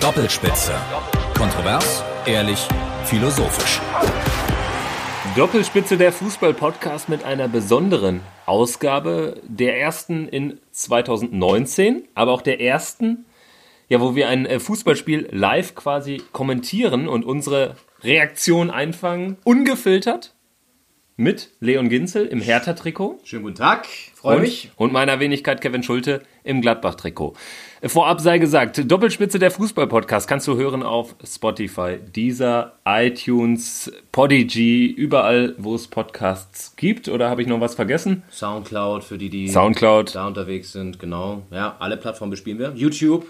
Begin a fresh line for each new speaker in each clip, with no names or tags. Doppelspitze. Kontrovers, ehrlich, philosophisch.
Doppelspitze der Fußball-Podcast mit einer besonderen Ausgabe, der ersten in 2019, aber auch der ersten, ja, wo wir ein äh, Fußballspiel live quasi kommentieren und unsere Reaktion einfangen, ungefiltert, mit Leon Ginzel im Hertha-Trikot.
Schönen guten Tag, freue
und,
mich.
Und meiner Wenigkeit Kevin Schulte im Gladbach-Trikot. Vorab sei gesagt, Doppelspitze der Fußball-Podcast kannst du hören auf Spotify, Deezer, iTunes, Podigy, überall, wo es Podcasts gibt. Oder habe ich noch was vergessen?
Soundcloud für die, die
Soundcloud.
da unterwegs sind, genau. Ja, alle Plattformen bespielen wir. YouTube.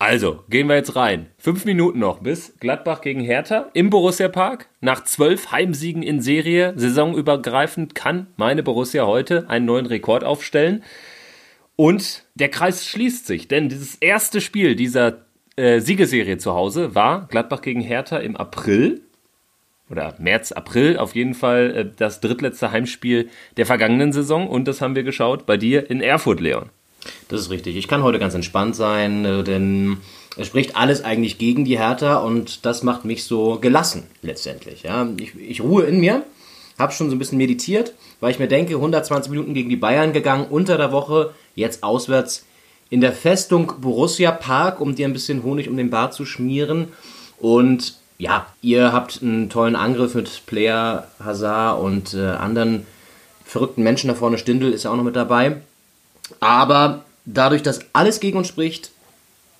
Also, gehen wir jetzt rein. Fünf Minuten noch bis Gladbach gegen Hertha im Borussia Park. Nach zwölf Heimsiegen in Serie, saisonübergreifend, kann meine Borussia heute einen neuen Rekord aufstellen. Und der Kreis schließt sich, denn dieses erste Spiel dieser äh, Siegeserie zu Hause war Gladbach gegen Hertha im April oder März, April auf jeden Fall äh, das drittletzte Heimspiel der vergangenen Saison. Und das haben wir geschaut bei dir in Erfurt, Leon.
Das ist richtig. Ich kann heute ganz entspannt sein, äh, denn es spricht alles eigentlich gegen die Hertha und das macht mich so gelassen letztendlich. Ja. Ich, ich ruhe in mir, habe schon so ein bisschen meditiert, weil ich mir denke, 120 Minuten gegen die Bayern gegangen, unter der Woche, jetzt auswärts in der Festung Borussia Park, um dir ein bisschen Honig um den Bart zu schmieren. Und ja, ihr habt einen tollen Angriff mit Player Hazard und äh, anderen verrückten Menschen da vorne. Stindl ist ja auch noch mit dabei. Aber dadurch, dass alles gegen uns spricht,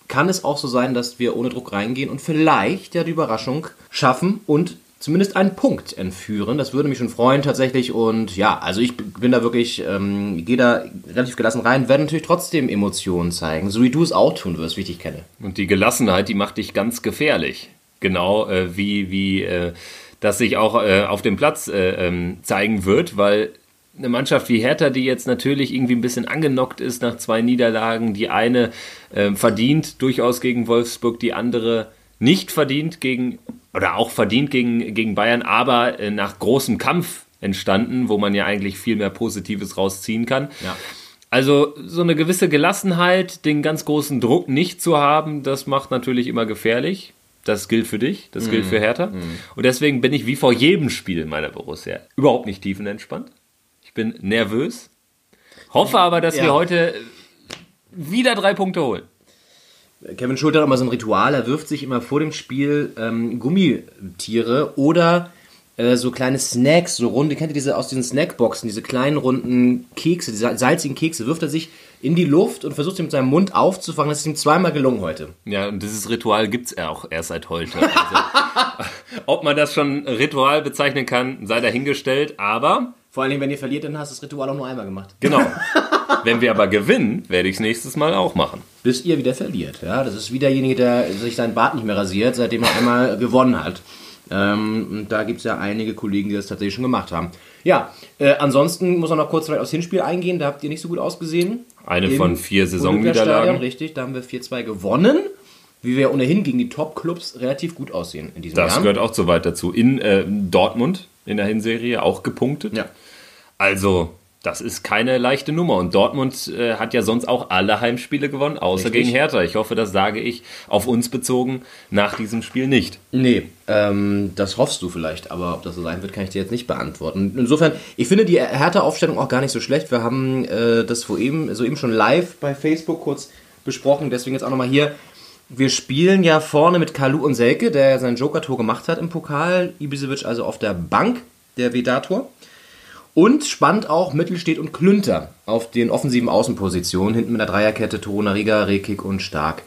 kann es auch so sein, dass wir ohne Druck reingehen und vielleicht ja die Überraschung schaffen und zumindest einen Punkt entführen. Das würde mich schon freuen tatsächlich. Und ja, also ich bin da wirklich, ähm, gehe da relativ gelassen rein, werde natürlich trotzdem Emotionen zeigen, so wie du es auch tun wirst, wie ich dich kenne.
Und die Gelassenheit, die macht dich ganz gefährlich. Genau äh, wie, wie äh, das sich auch äh, auf dem Platz äh, ähm, zeigen wird, weil eine Mannschaft wie Hertha, die jetzt natürlich irgendwie ein bisschen angenockt ist nach zwei Niederlagen, die eine äh, verdient durchaus gegen Wolfsburg, die andere nicht verdient gegen oder auch verdient gegen, gegen Bayern, aber äh, nach großem Kampf entstanden, wo man ja eigentlich viel mehr Positives rausziehen kann.
Ja.
Also so eine gewisse Gelassenheit, den ganz großen Druck nicht zu haben, das macht natürlich immer gefährlich. Das gilt für dich, das gilt für Hertha. Und deswegen bin ich wie vor jedem Spiel meiner Borussia überhaupt nicht tiefenentspannt. Ich bin nervös. Hoffe aber, dass
Ja.
wir heute wieder drei Punkte holen.
Kevin Schulte hat immer so ein Ritual, er wirft sich immer vor dem Spiel ähm, Gummitiere oder äh, so kleine Snacks, so runde, kennt ihr diese aus diesen Snackboxen, diese kleinen runden Kekse, diese salzigen Kekse, wirft er sich in die Luft und versucht sie mit seinem Mund aufzufangen. Das ist ihm zweimal gelungen heute.
Ja, und dieses Ritual gibt's ja auch erst seit heute. Also, ob man das schon Ritual bezeichnen kann, sei dahingestellt. Aber
Vor allem, wenn ihr verliert, dann hast du das Ritual auch nur einmal gemacht.
genau, wenn wir aber gewinnen, werde ich's nächstes Mal auch machen.
Bis ihr wieder verliert. Ja, das ist wie derjenige, der sich seinen Bart nicht mehr rasiert, seitdem er einmal gewonnen hat. Ähm, und da gibt es ja einige Kollegen, die das tatsächlich schon gemacht haben. Ja, äh, ansonsten muss man noch kurz vielleicht aufs Hinspiel eingehen. Da habt ihr nicht so gut ausgesehen.
Eine
Im
von vier
Olympiastadion,
Saisonniederlagen.
Richtig, da haben wir 4-2 gewonnen. Wie wir ohnehin gegen die Top-Clubs relativ gut aussehen in diesem
Das
Jahr.
gehört auch so weit dazu. In äh, Dortmund in der Hinserie auch gepunktet.
Ja.
Also, das ist keine leichte Nummer. Und Dortmund äh, hat ja sonst auch alle Heimspiele gewonnen, außer
Richtig.
gegen Hertha. Ich hoffe, das sage ich auf uns bezogen nach diesem Spiel nicht.
Nee, ähm, das hoffst du vielleicht, aber ob das so sein wird, kann ich dir jetzt nicht beantworten. Insofern, ich finde die Hertha-Aufstellung auch gar nicht so schlecht. Wir haben äh, das vor eben, so eben schon live bei Facebook kurz besprochen, deswegen jetzt auch nochmal hier. Wir spielen ja vorne mit Kalu und Selke, der ja sein Joker-Tor gemacht hat im Pokal. Ibisevic also auf der Bank, der Vedator. Und spannend auch Mittelstädt und Klünter auf den offensiven Außenpositionen, hinten mit der Dreierkette Torona Riga, Rekik und Stark.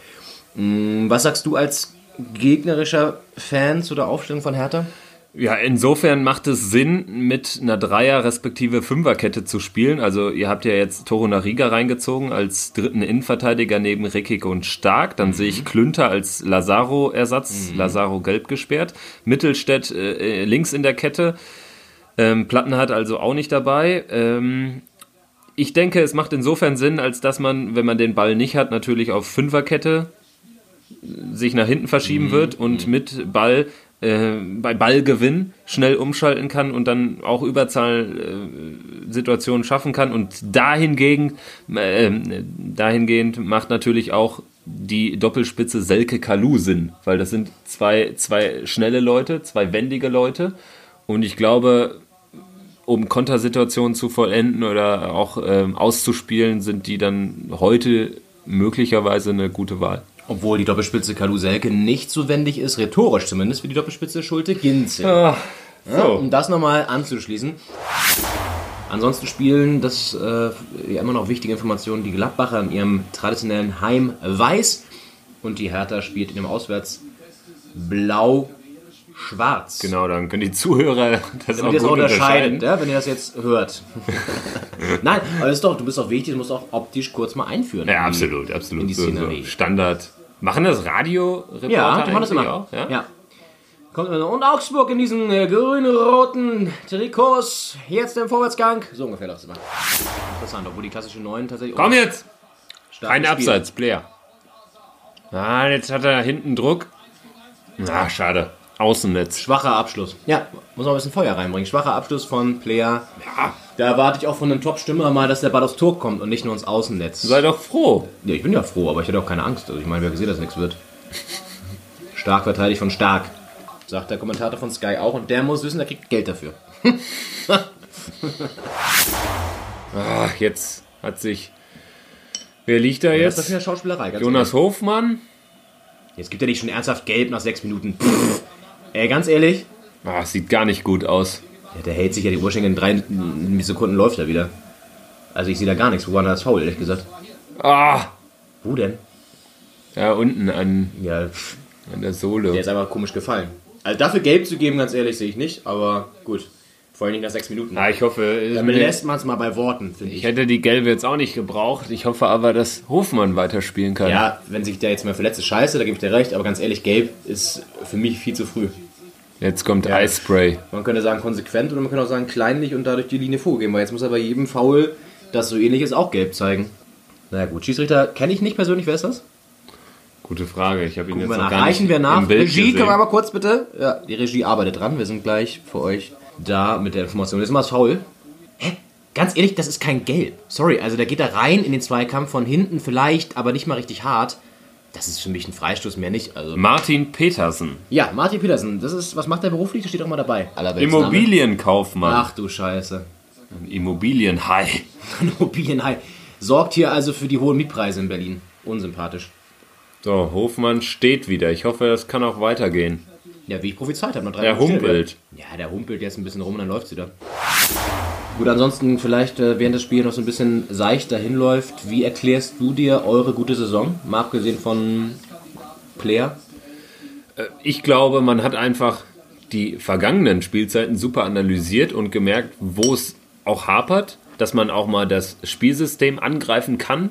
Was sagst du als gegnerischer Fan zu der Aufstellung von Hertha?
Ja, insofern macht es Sinn, mit einer Dreier- respektive Fünferkette zu spielen. Also ihr habt ja jetzt Toro Nariga reingezogen als dritten Innenverteidiger neben Rekik und Stark. Dann sehe ich Klünter als Lazaro-Ersatz, Lazaro gelb gesperrt. Mittelstädt äh, äh, links in der Kette. Ähm, Platten hat also auch nicht dabei. Ähm, ich denke, es macht insofern Sinn, als dass man, wenn man den Ball nicht hat, natürlich auf Fünferkette sich nach hinten verschieben wird und mit Ball äh, bei Ballgewinn schnell umschalten kann und dann auch Überzahlsituationen äh, Situationen schaffen kann. Und dahingegen, äh, dahingehend macht natürlich auch die Doppelspitze Selke Kalu sind, weil das sind zwei, zwei schnelle Leute, zwei wendige Leute. Und ich glaube, um Kontersituationen zu vollenden oder auch ähm, auszuspielen, sind die dann heute möglicherweise eine gute Wahl.
Obwohl die Doppelspitze Kalu-Selke nicht so wendig ist, rhetorisch zumindest, wie die Doppelspitze Schulte-Ginzel. Ja, um das nochmal anzuschließen. Ansonsten spielen das äh, ja immer noch wichtige Informationen die Gladbacher in ihrem traditionellen Heim weiß und die Hertha spielt in dem Auswärts blau-schwarz.
Genau, dann können die Zuhörer das
Damit
auch
ihr das
gut
auch
unterscheiden.
unterscheidet, ja, wenn ihr das jetzt hört. Nein, aber das ist doch, du bist doch wichtig, du musst auch optisch kurz mal einführen.
Ja, absolut, absolut.
In die
so, so
Szenerie.
Standard. Machen das Radio-Reporter
Ja, die machen das
eigentlich
immer.
auch? Ja?
Kommt immer so, Und Augsburg in diesen äh, grün-roten Trikots. Jetzt im Vorwärtsgang. So ungefähr läuft es immer. Interessant, obwohl die klassische 9 tatsächlich.
Komm jetzt!
stark
Ein
gespielt.
Abseits, Player. Ah, jetzt hat er hinten Druck. Na, schade. Außennetz.
Schwacher Abschluss. Ja, muss man ein bisschen Feuer reinbringen. Schwacher Abschluss von Player.
Ja,
Da erwarte ich auch von einem Top-Stürmer mal, dass der Ball aufs Tor kommt und nicht nur ins Außennetz.
sei doch froh.
Ja, ich bin ja froh, aber ich hätte auch keine Angst. Also ich meine, wir haben gesehen, dass nichts wird. Stark verteidigt von Stark. Sagt der Kommentator von Sky auch. Und der muss wissen, der kriegt Geld dafür.
Ach, jetzt hat sich. Wer liegt da
Das
jetzt?
ist ja Schauspielerei. Ganz
Jonas Hofmann?
Jetzt gibt er dich schon ernsthaft gelb nach sechs Minuten. Pff. Ey, ganz ehrlich,
Ah, sieht gar nicht gut aus.
ja, der hält sich ja die Ohrschenkel in drei mm, Sekunden läuft er wieder. Also ich sehe da gar nichts. Wo war denn das Foul, ehrlich gesagt?
Ah!
Wo denn?
Ja, unten an,
Ja, pff,
an der
der
Sohle.
ist einfach komisch gefallen. Also dafür gelb zu geben, ganz ehrlich, sehe ich nicht. Aber gut, vor allen Dingen nach sechs Minuten.
Ah, ich hoffe,
Damit lässt man es mal bei Worten, finde
ich
ich.
hätte die gelbe jetzt auch nicht gebraucht. Ich hoffe aber, dass Hofmann weiterspielen kann.
Ja, wenn sich der jetzt mal verletzt, ist scheiße, da gebe ich dir recht. Aber ganz ehrlich, gelb ist für mich viel zu früh.
Jetzt kommt Eispray.
Man könnte sagen konsequent oder man könnte auch sagen kleinlich und dadurch die Linie vorgeben, weil jetzt muss er bei jedem Foul, das so ähnlich ist, auch gelb zeigen. Na gut, Schiedsrichter kenne ich nicht persönlich, wer ist das?
Gute Frage. Ich habe ihn jetzt
Wir
noch gar nicht
nachreichen wir nach.
im Bild
Regie,
gesehen.
können wir mal kurz bitte? Ja, die Regie arbeitet dran, wir sind gleich für euch da mit der Information. Jetzt mal das Foul. Hä? Ganz ehrlich, das ist kein Gelb. Sorry, also der geht da rein in den Zweikampf von hinten vielleicht, aber nicht mal richtig hart. Das ist für mich ein Freistoß, mehr nicht. Also
Martin Petersen,
ja, Martin Petersen, das ist, was macht der beruflich? Das steht auch mal dabei. Allerweltsname.
Immobilienkaufmann.
Ach du Scheiße.
Immobilienhai.
Immobilienhai sorgt hier also für die hohen Mietpreise in Berlin. Unsympathisch.
So, Hofmann steht wieder. Ich hoffe, das kann auch weitergehen.
Ja, wie ich prophezeit habe, noch drei
Der
Minuten stehen
humpelt.
wir. Ja, der humpelt jetzt ein bisschen rum und dann läuft's wieder. Gut, ansonsten vielleicht äh, während das Spiel noch so ein bisschen seicht dahinläuft. Wie erklärst du dir eure gute Saison? Mal abgesehen von Player.
Ich glaube, man hat einfach die vergangenen Spielzeiten super analysiert und gemerkt, wo es auch hapert, dass man auch mal das Spielsystem angreifen kann,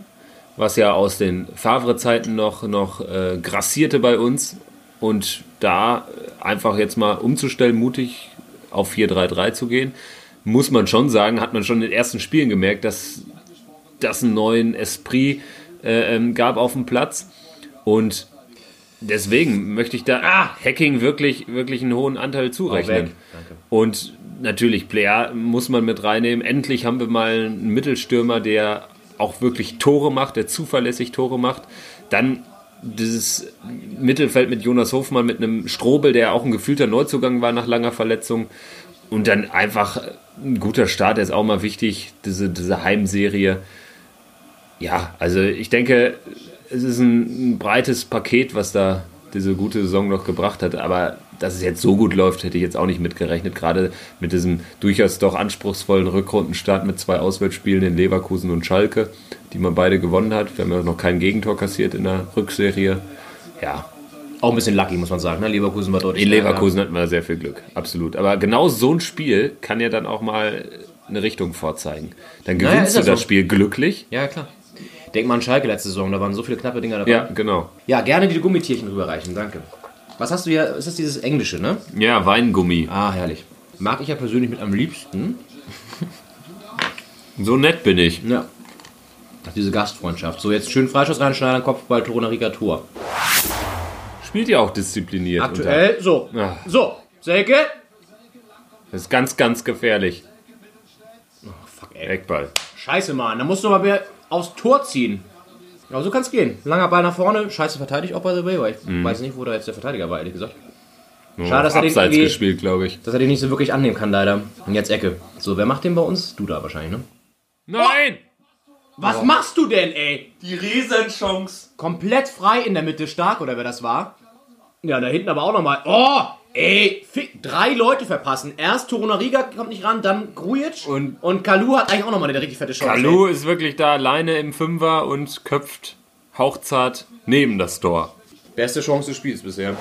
was ja aus den Favre-Zeiten noch, noch äh, grassierte bei uns. Und da äh, einfach jetzt mal umzustellen, mutig auf 4-3-3 zu gehen, muss man schon sagen, hat man schon in den ersten Spielen gemerkt, dass das einen neuen Esprit äh, ähm, gab auf dem Platz. Und deswegen möchte ich da ah, Hacking wirklich, wirklich einen hohen Anteil zurechnen.
weg. Danke.
Und natürlich, Player muss man mit reinnehmen. Endlich haben wir mal einen Mittelstürmer, der auch wirklich Tore macht, der zuverlässig Tore macht. Dann dieses Mittelfeld mit Jonas Hofmann, mit einem Strobel, der auch ein gefühlter Neuzugang war nach langer Verletzung. Und dann einfach ein guter Start, der ist auch mal wichtig, diese, diese Heimserie. Ja, also ich denke, es ist ein, ein breites Paket, was da diese gute Saison noch gebracht hat. Aber dass es jetzt so gut läuft, hätte ich jetzt auch nicht mitgerechnet. Gerade mit diesem durchaus doch anspruchsvollen Rückrundenstart mit zwei Auswärtsspielen in Leverkusen und Schalke, die man beide gewonnen hat. Wir haben ja noch kein Gegentor kassiert in der Rückserie. Ja,
Auch ein bisschen lucky, muss man sagen. Ne? Leverkusen war deutlich
in
stärker.
Leverkusen hatten wir sehr viel Glück, absolut. Aber genau so ein Spiel kann ja dann auch mal eine Richtung vorzeigen. Dann
Naja,
gewinnst
ist ja
du das
so.
Spiel glücklich.
Ja, klar. Denk mal an Schalke letzte Saison, da waren so viele knappe Dinger dabei.
Ja, genau.
Ja, gerne die Gummitierchen rüberreichen, danke. Was hast du hier? Ist das dieses Englische, ne?
Ja, Weingummi.
Ah, herrlich. Mag ich ja persönlich mit am liebsten.
So nett bin ich.
Ja. Ach, diese Gastfreundschaft. So, jetzt schön Freischuss reinschneiden, Kopfball, Torunariga Tor.
Spielt ja auch diszipliniert.
Aktuell, so.
Ja.
So, Selke.
Unter. Das ist ganz, ganz gefährlich.
Fuck, ey.
Eckball.
Scheiße, Mann. Da musst du aber wieder aufs Tor ziehen. Aber so kann es gehen. Langer Ball nach vorne, scheiße verteidigt auch by the way, weil ich weiß nicht, wo da jetzt der Verteidiger war, ehrlich gesagt. Schade, dass er den
Abseits
irgendwie-
gespielt, glaube ich.
Dass er den nicht so wirklich annehmen kann, leider. Und jetzt Ecke. So, wer macht den bei uns? Du da wahrscheinlich, ne?
Nein!
Was machst du denn, ey?
Die Riesenchance.
Komplett frei in der Mitte stark, oder wer das war? Ja, da hinten aber auch nochmal. Oh! Ey, fick, drei Leute verpassen. Erst Torunariga kommt nicht ran, dann Grujic
Und-
und Kalu hat eigentlich auch nochmal eine richtig fette Chance.
Kalu ist wirklich da alleine im Fünfer und köpft hauchzart neben das Tor.
ey. Beste Chance des Spiels bisher.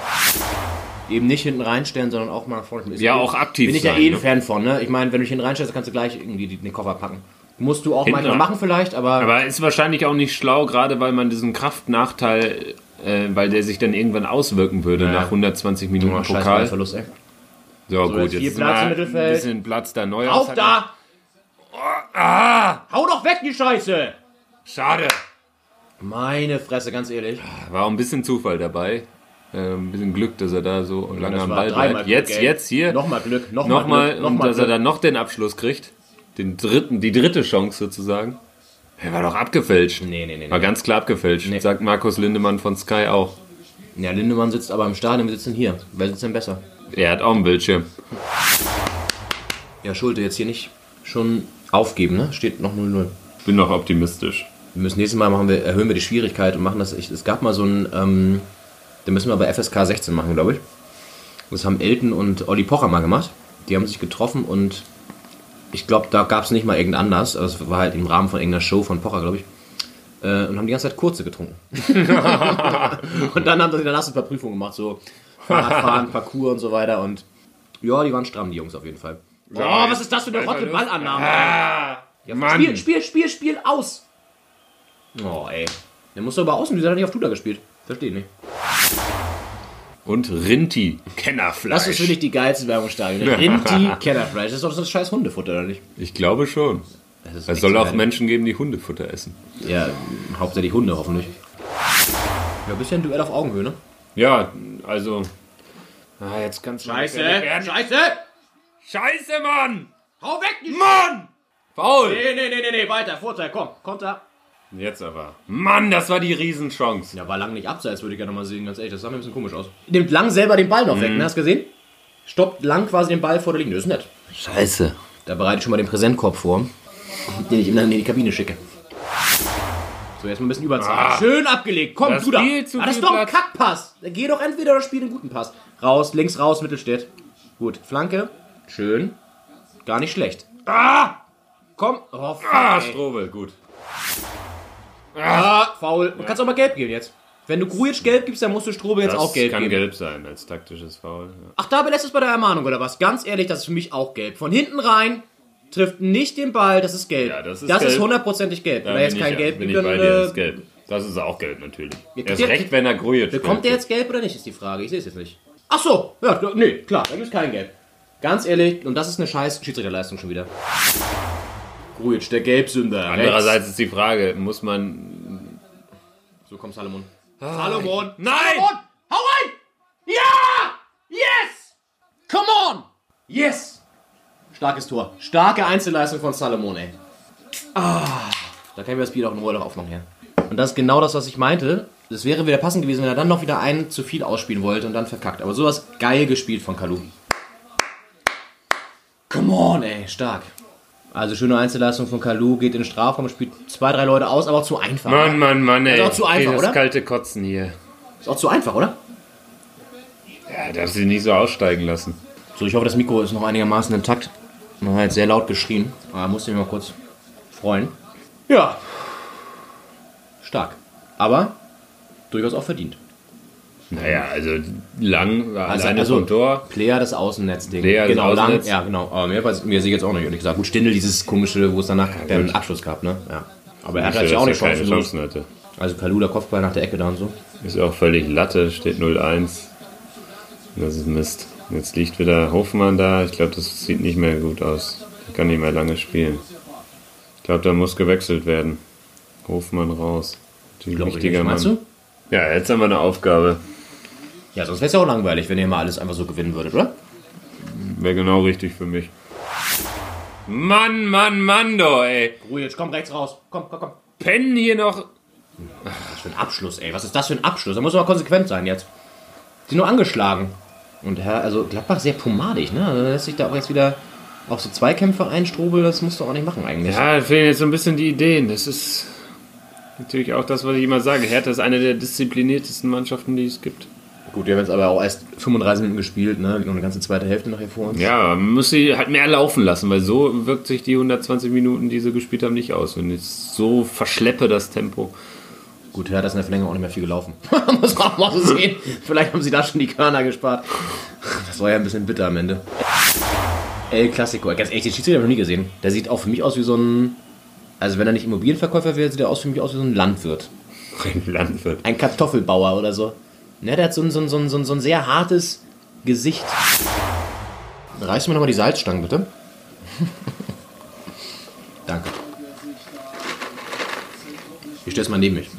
Eben nicht hinten reinstellen, sondern auch mal nach vorne. Ist
Ja,
gut.
auch aktiv
Bin ich ja
sein,
eh ein
ne?
Fan von, ne? Ich meine, wenn du dich hinten reinstellst, dann kannst du gleich irgendwie die- den Koffer packen. Musst du auch
Hinten
manchmal
rein.
machen vielleicht, aber
Aber ist wahrscheinlich auch nicht schlau, gerade weil man diesen Kraftnachteil, äh, weil der sich dann irgendwann auswirken würde nach 120 Minuten
Oh, scheiße,
Pokal.
Ballverlust, ey.
So,
jetzt
gut,
viel
jetzt ist
Platz
mal
im Mittelfeld.
ein bisschen Platz da neu.
Auf da! Oh, ah! Hau doch weg, die Scheiße!
Schade.
Meine Fresse, ganz ehrlich.
War auch ein bisschen Zufall dabei. Äh, ein bisschen Glück, dass er da so lange
das
am
war
Ball
dreimal
bleibt.
Glück,
Jetzt,
ey.
jetzt hier.
Nochmal Glück, nochmal
Nochmal,
Glück,
und
nochmal
dass er dann noch den Abschluss kriegt. Den dritten, die dritte Chance sozusagen. Er war doch abgefälscht.
Nee, nee, nee, nee.
War ganz klar abgefälscht, sagt Markus Lindemann von Sky auch.
Ja, Lindemann sitzt aber im Stadion, wir sitzen hier. Wer sitzt denn besser?
Er hat auch einen Bildschirm.
Ja, Schulte, jetzt hier nicht schon aufgeben, ne? Steht noch 0-0.
Bin noch optimistisch.
Wir müssen nächstes Mal machen wir, erhöhen wir die Schwierigkeit und machen das. Ich, es gab mal so ein, ähm, den müssen wir bei FSK 16 machen, glaube ich. Das haben Elton und Olli Pocher mal gemacht. Die haben sich getroffen und ich glaube, da gab es nicht mal irgendeinen Anlass. Aber es war halt im Rahmen von irgendeiner Show von Pocher, glaube ich. Äh, und haben die ganze Zeit kurze getrunken. und dann haben sie danach so ein paar Prüfungen gemacht, so Fahrradfahren, Parcours und so weiter. Und ja, die waren stramm, die Jungs auf jeden Fall. Oh, was ist das für eine rotte Ballannahme? Ja,
Mann.
Spiel, Spiel, Spiel, Spiel, aus! Oh, ey. Der muss doch aber außen, wieso hat er nicht auf Tudor gespielt? Verstehe nicht.
Und Rinti,
Das ist
Kennerfleisch.
wirklich die geilste Werbung im Stadion. Ne? Rinti Kellerfleisch. Das ist doch das scheiß Hundefutter, oder nicht?
Ich glaube schon.
Das ist
Es
echt
soll auch
geil.
Menschen geben, die Hundefutter essen.
Ja, ähm, hauptsächlich Hunde hoffentlich. Ja, bist ja ein Duell auf Augenhöhe, ne?
Ja, also. Ah, jetzt kannst du.
Scheiße!
Scheiße, Mann!
Hau weg! Die
Mann! Faul!
nee, nee, nee, nee, weiter, Vorteil, komm, Konter.
Jetzt aber. Mann, das war die Riesenchance.
Ja, war lang nicht abseits, würde ich ja nochmal sehen, ganz ehrlich, das sah mir ein bisschen komisch aus. Nimmt lang selber den Ball noch weg, ne, hast du gesehen? Stoppt lang quasi den Ball vor der Linie, das ist nett.
Scheiße.
Da bereite ich schon mal den Präsentkorb vor, den ich ihm dann in die Kabine schicke. So, jetzt mal ein bisschen Überzahl. Schön abgelegt. Komm,
Das
du da.
viel zu
ah, das
viel
ist doch ein
Platz.
Kackpass. Dann Geh doch entweder oder spiel einen guten Pass. Raus, links raus, Mittelstädt. Gut, Flanke. Schön. Gar nicht schlecht. Ah! Komm. Oh, fuck,
Ah,
ey.
Strobel, gut.
ah faul. Du kannst auch mal gelb geben jetzt. Wenn du Grujic gelb gibst, dann musst du Strobe jetzt
Das
auch gelb
kann
geben.
gelb sein als taktisches Foul. Ja.
Ach, da belässt es bei der Ermahnung oder was? Ganz ehrlich, das ist für mich auch gelb. Von hinten rein trifft nicht den Ball, das ist gelb.
Ja, das ist
das ist
gelb.
hundertprozentig gelb. Wenn
Da
er jetzt
bin
kein
ich-
Gelb
bin
gibt,
ich
dann
bei dir, das
äh,
ist gelb. Das ist auch gelb natürlich.
Ja,
Erst
der-
recht, wenn er Grujic
bekommt er
spielt.
jetzt gelb oder nicht, ist die Frage. Ich sehe es jetzt nicht. Ach so, ja, ja, nee, klar, da gibt es kein Gelb. Ganz ehrlich, und das ist eine scheiß Schiedsrichterleistung schon wieder. Grujic, der Gelbsünder.
Andererseits ist die Frage, muss man...
So kommt Salomon.
Ah,
Salomon!
Nein!
Salomon! Hau rein! Ja! Yes! Come on! Yes! Starkes Tor. Starke Einzelleistung von Salomon, ey. Ah, da können wir das Bier auch in Ruhe noch aufmachen, ja. Und das ist genau das, was ich meinte. Das wäre wieder passend gewesen, wenn er dann noch wieder einen zu viel ausspielen wollte und dann verkackt. Aber sowas geil gespielt von Kalu. Come on, ey. Stark. Also schöne Einzelleistung von Kalu, geht in den Strafraum, spielt zwei, drei Leute aus, aber auch zu einfach.
Mann, Mann, Mann, ey.
Das ist auch zu einfach,
das
oder?
kalte Kotzen hier.
Ist auch zu einfach, oder?
Ja, darf sie nicht so aussteigen lassen.
So, ich hoffe, das Mikro ist noch einigermaßen intakt. Man hat jetzt sehr laut geschrien. Aber musste mich mal kurz freuen. Ja. Stark. Aber durchaus auch verdient.
Naja, also lang war
Also-
alleine
also-
vom Tor.
Player das Außennetz-Ding.
Player des
genau,
Außennetz.
lang. Ja, genau. Aber mir, weiß- mir sehe ich jetzt auch nicht, ehrlich gesagt. Gut, Stindel, dieses komische, wo es danach den Abschluss gab, ne? Ja. Aber er hat natürlich auch nicht
keine
chancenlos.
Chancen hatte.
Also Kalula Kopfball nach der Ecke da und so.
Ist auch völlig Latte, steht 0-1. Das ist Mist. Jetzt liegt wieder Hofmann da. Ich glaube, das sieht nicht mehr gut aus. Der kann nicht mehr lange spielen. Ich glaube, da muss gewechselt werden. Hofmann raus. Natürlich
Glaub ich
wichtiger
nicht.
Mann.
Meinst du?
Ja, jetzt haben wir eine Aufgabe.
Ja, sonst wäre es ja auch langweilig, wenn ihr mal alles einfach so gewinnen würdet, oder?
Wäre genau richtig für mich. Mann, Mann, Mann, doch, ey.
Ruhe, jetzt komm rechts raus. Komm, komm, komm.
Pennen hier noch.
Was für ein Abschluss, ey. Was ist das für ein Abschluss? Da muss man konsequent sein jetzt. Die sind nur angeschlagen. Und Herr, also Gladbach sehr pomadig, ne? Also lässt sich da auch jetzt wieder auf so Zweikämpfe ein, Strobel, das musst du auch nicht machen eigentlich.
Ja, da fehlen jetzt so ein bisschen die Ideen. Das ist natürlich auch das, was ich immer sage. Hertha ist eine der diszipliniertesten Mannschaften, die es gibt.
Gut, wir haben jetzt aber auch erst 35 Minuten gespielt, ne? Liegt noch eine ganze zweite Hälfte noch hier vor uns.
Ja, man muss sie halt mehr laufen lassen, weil so wirkt sich die 120 Minuten, die sie gespielt haben, nicht aus. Wenn ich so verschleppe das Tempo.
Gut, Herr, das ist in der Verlängerung auch nicht mehr viel gelaufen. Muss man auch mal so sehen. Vielleicht haben sie da schon die Körner gespart. Das war ja ein bisschen bitter am Ende. El Clasico. Ganz ehrlich, den Schiedsrichter habe ich noch nie gesehen. Der sieht auch für mich aus wie so ein. Also, wenn er nicht Immobilienverkäufer wäre, sieht er aus für mich aus wie so ein Landwirt.
Ein Landwirt.
Ein Kartoffelbauer oder so. Ne, der hat so ein, so ein, so ein, so ein, so ein sehr hartes Gesicht. Reiß mir nochmal die Salzstangen, bitte. Danke. Ich stelle es mal neben mich.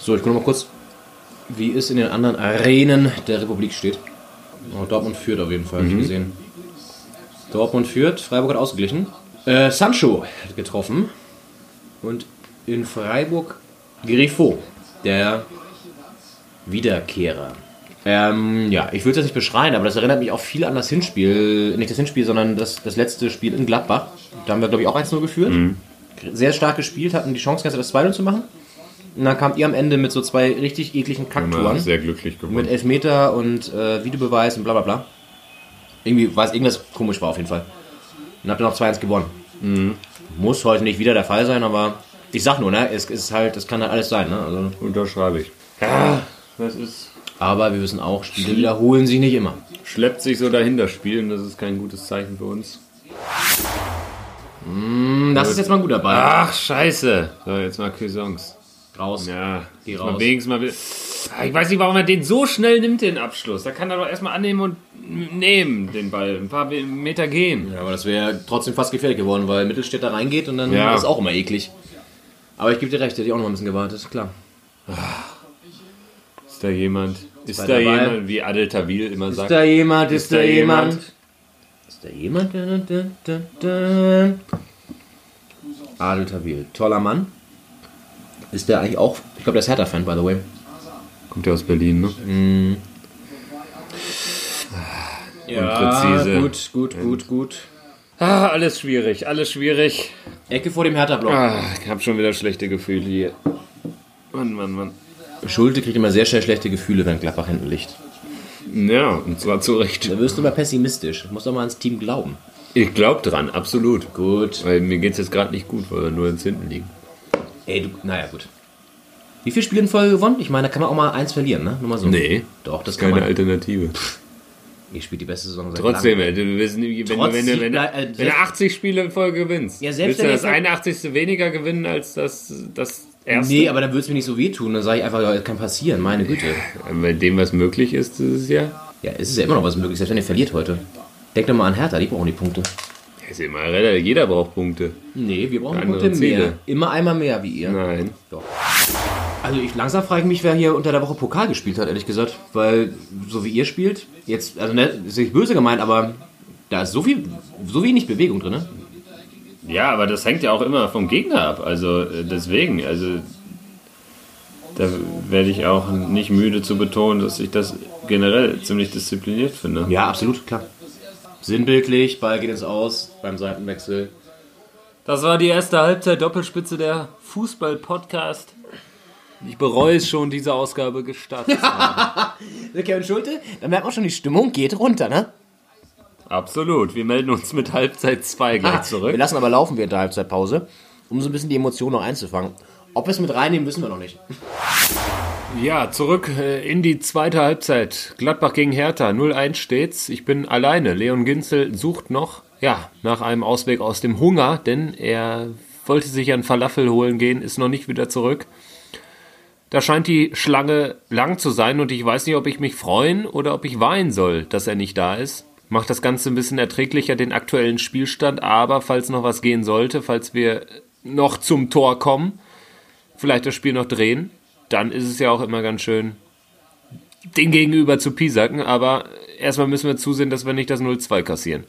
So, ich gucke noch mal kurz, wie es in den anderen Arenen der Republik steht. Oh, Dortmund führt auf jeden Fall, habe ich gesehen. Dortmund führt, Freiburg hat ausgeglichen. Äh, Sancho hat getroffen. Und in Freiburg Grifo, der Wiederkehrer. Ähm, ja, ich will es jetzt nicht beschreien, aber das erinnert mich auch viel an das Hinspiel. Nicht das Hinspiel, sondern das, das letzte Spiel in Gladbach. Da haben wir, glaube ich, auch 1-0 geführt. Sehr stark gespielt, hatten die Chance, ganz das 2-0 zu machen. Und dann kamt ihr am Ende mit so zwei richtig ekligen
Man
Kacktouren.
ist sehr glücklich
Mit
geworden.
Elfmeter und äh, Videobeweis und bla bla bla. Irgendwie war es irgendwas komisch war auf jeden Fall. Und habt dann noch 2-1 gewonnen. Mhm. Muss heute nicht wieder der Fall sein, aber ich sag nur, ne, es ist halt, es kann halt alles sein, ne? Also,
Unterschreibe ich. Ja, das ist.
aber wir wissen auch, Spiele wiederholen sich nicht immer.
Schleppt sich so dahin das Spiel und das ist kein gutes Zeichen für uns.
Und Hm, das ist jetzt mal ein guter Ball.
Ach, scheiße. So, jetzt mal Cuisance.
Raus.
Ja,
Geh
jetzt
raus.
Mal wenigstens mal. Ah, Ich weiß nicht, warum er den so schnell nimmt, den Abschluss. Da kann er doch erstmal annehmen und nehmen, den Ball. Ein paar Meter gehen.
Ja, aber das wäre trotzdem fast gefährlich geworden, weil Mittelstädt da reingeht und dann
Ja.
ist auch immer eklig. Aber ich gebe dir recht, hätte ich auch noch mal ein bisschen gewartet, klar.
Ist da jemand? Ist da
der Ball?
jemand, wie Adel Tawil immer sagt?
jemand?
Ist da jemand?
Ist da jemand? Dun, dun, dun, dun. Adel Tawil, toller Mann. Ist der eigentlich auch, ich glaube, der ist Hertha-Fan, by the way.
Kommt ja aus Berlin, ne? Unpräzise.
gut, gut, gut, gut.
Ah, alles schwierig, alles schwierig.
Ecke vor dem Hertha-Block.
Ah, ich habe schon wieder schlechte Gefühle hier. Mann, Mann, Mann.
Schulte kriegt immer sehr schnell schlechte Gefühle, wenn Gladbach hinten liegt.
Ja, und zwar zu Recht.
Da wirst du immer pessimistisch. Du musst doch mal ans Team glauben.
Ich glaub dran, absolut.
Gut.
Weil mir geht's jetzt gerade nicht gut, weil wir nur ins Hinten liegen.
Ey, du, naja, gut. Wie viele Spiele in Folge gewonnen? Ich meine, da kann man auch mal eins verlieren, ne? Nur mal so.
Nee.
Doch, das kann
Keine
man.
Alternative.
Ihr spielt die beste Saison seit
Trotzdem, ey,
langem.
du wirst nie- wenn, du-
Trotz
wenn, du-
Sieg
wenn,
blei- äh,
du- wenn du
selbst-
80 Spiele in Folge gewinnst,
Ja, selbst
willst du
wenn
das
jetzt-
81. weniger gewinnen als das, das erste.
Nee, aber dann würde es mir nicht so wehtun. Dann sage ich einfach, ja, das kann passieren, meine Güte.
Bei dem, was möglich ist dieses Jahr,
Ja, es ist ja immer noch was möglich, selbst wenn ihr verliert heute. Denkt doch mal an Hertha, die brauchen die Punkte.
ist immer relativ. Jeder braucht Punkte.
Nee, wir brauchen
Andere
Punkte mehr.
Ziele.
Immer einmal mehr wie ihr.
Nein.
Doch. Also ich langsam frage mich, wer hier unter der Woche Pokal gespielt hat, ehrlich gesagt. Weil so wie ihr spielt, jetzt, also ne, ist nicht böse gemeint, aber da ist so viel, so wenig Bewegung drin, ne?
Ja, aber das hängt ja auch immer vom Gegner ab. Also äh, deswegen, also da werde ich auch nicht müde zu betonen, dass ich das generell ziemlich diszipliniert finde.
Ja, absolut, klar. Sinnbildlich, Ball geht ins Aus beim Seitenwechsel.
Das war die erste Halbzeit Doppelspitze der Fußball-Podcast. Ich bereue es schon, diese Ausgabe gestartet.
Kevin Schulte, da merkt man schon, die Stimmung geht runter, ne?
Absolut. Wir melden uns mit Halbzeit 2 gleich
Ah. Wir
zurück.
lassen aber laufen während der Halbzeitpause, um so ein bisschen die Emotionen noch einzufangen. Ob wir es mit reinnehmen, wissen wir noch nicht.
Ja, zurück äh, in die zweite Halbzeit. Gladbach gegen Hertha. 0-1 steht's. Ich bin alleine. Leon Ginzel sucht noch, ja, nach einem Ausweg aus dem Hunger, denn er wollte sich einen Falafel holen gehen, ist noch nicht wieder zurück. Da scheint die Schlange lang zu sein und ich weiß nicht, ob ich mich freuen oder ob ich weinen soll, dass er nicht da ist. Macht das Ganze ein bisschen erträglicher, den aktuellen Spielstand, aber falls noch was gehen sollte, falls wir noch zum Tor kommen, vielleicht das Spiel noch drehen, dann ist es ja auch immer ganz schön, den Gegenüber zu piesacken, aber erstmal müssen wir zusehen, dass wir nicht das 0-2 kassieren.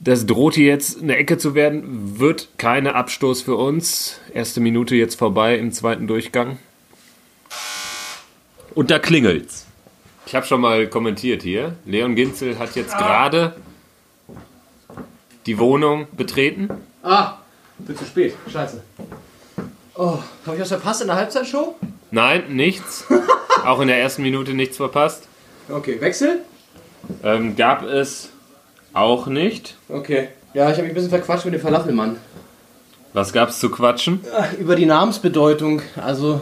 Das droht hier jetzt eine Ecke zu werden, wird keine Abstoß für uns. Erste Minute jetzt vorbei im zweiten Durchgang.
Und da klingelt's.
Ich habe schon mal kommentiert hier. Leon Ginzel hat jetzt gerade die Wohnung betreten.
Ah, bin zu spät. Scheiße. Oh, habe ich was verpasst in der Halbzeitshow?
Nein, nichts. Auch in der ersten Minute nichts verpasst.
Okay, Wechsel?
Ähm, gab es auch nicht.
Okay. Ja, ich habe mich ein bisschen verquatscht mit dem Falafelmann.
Was gab's zu quatschen?
Über die Namensbedeutung, also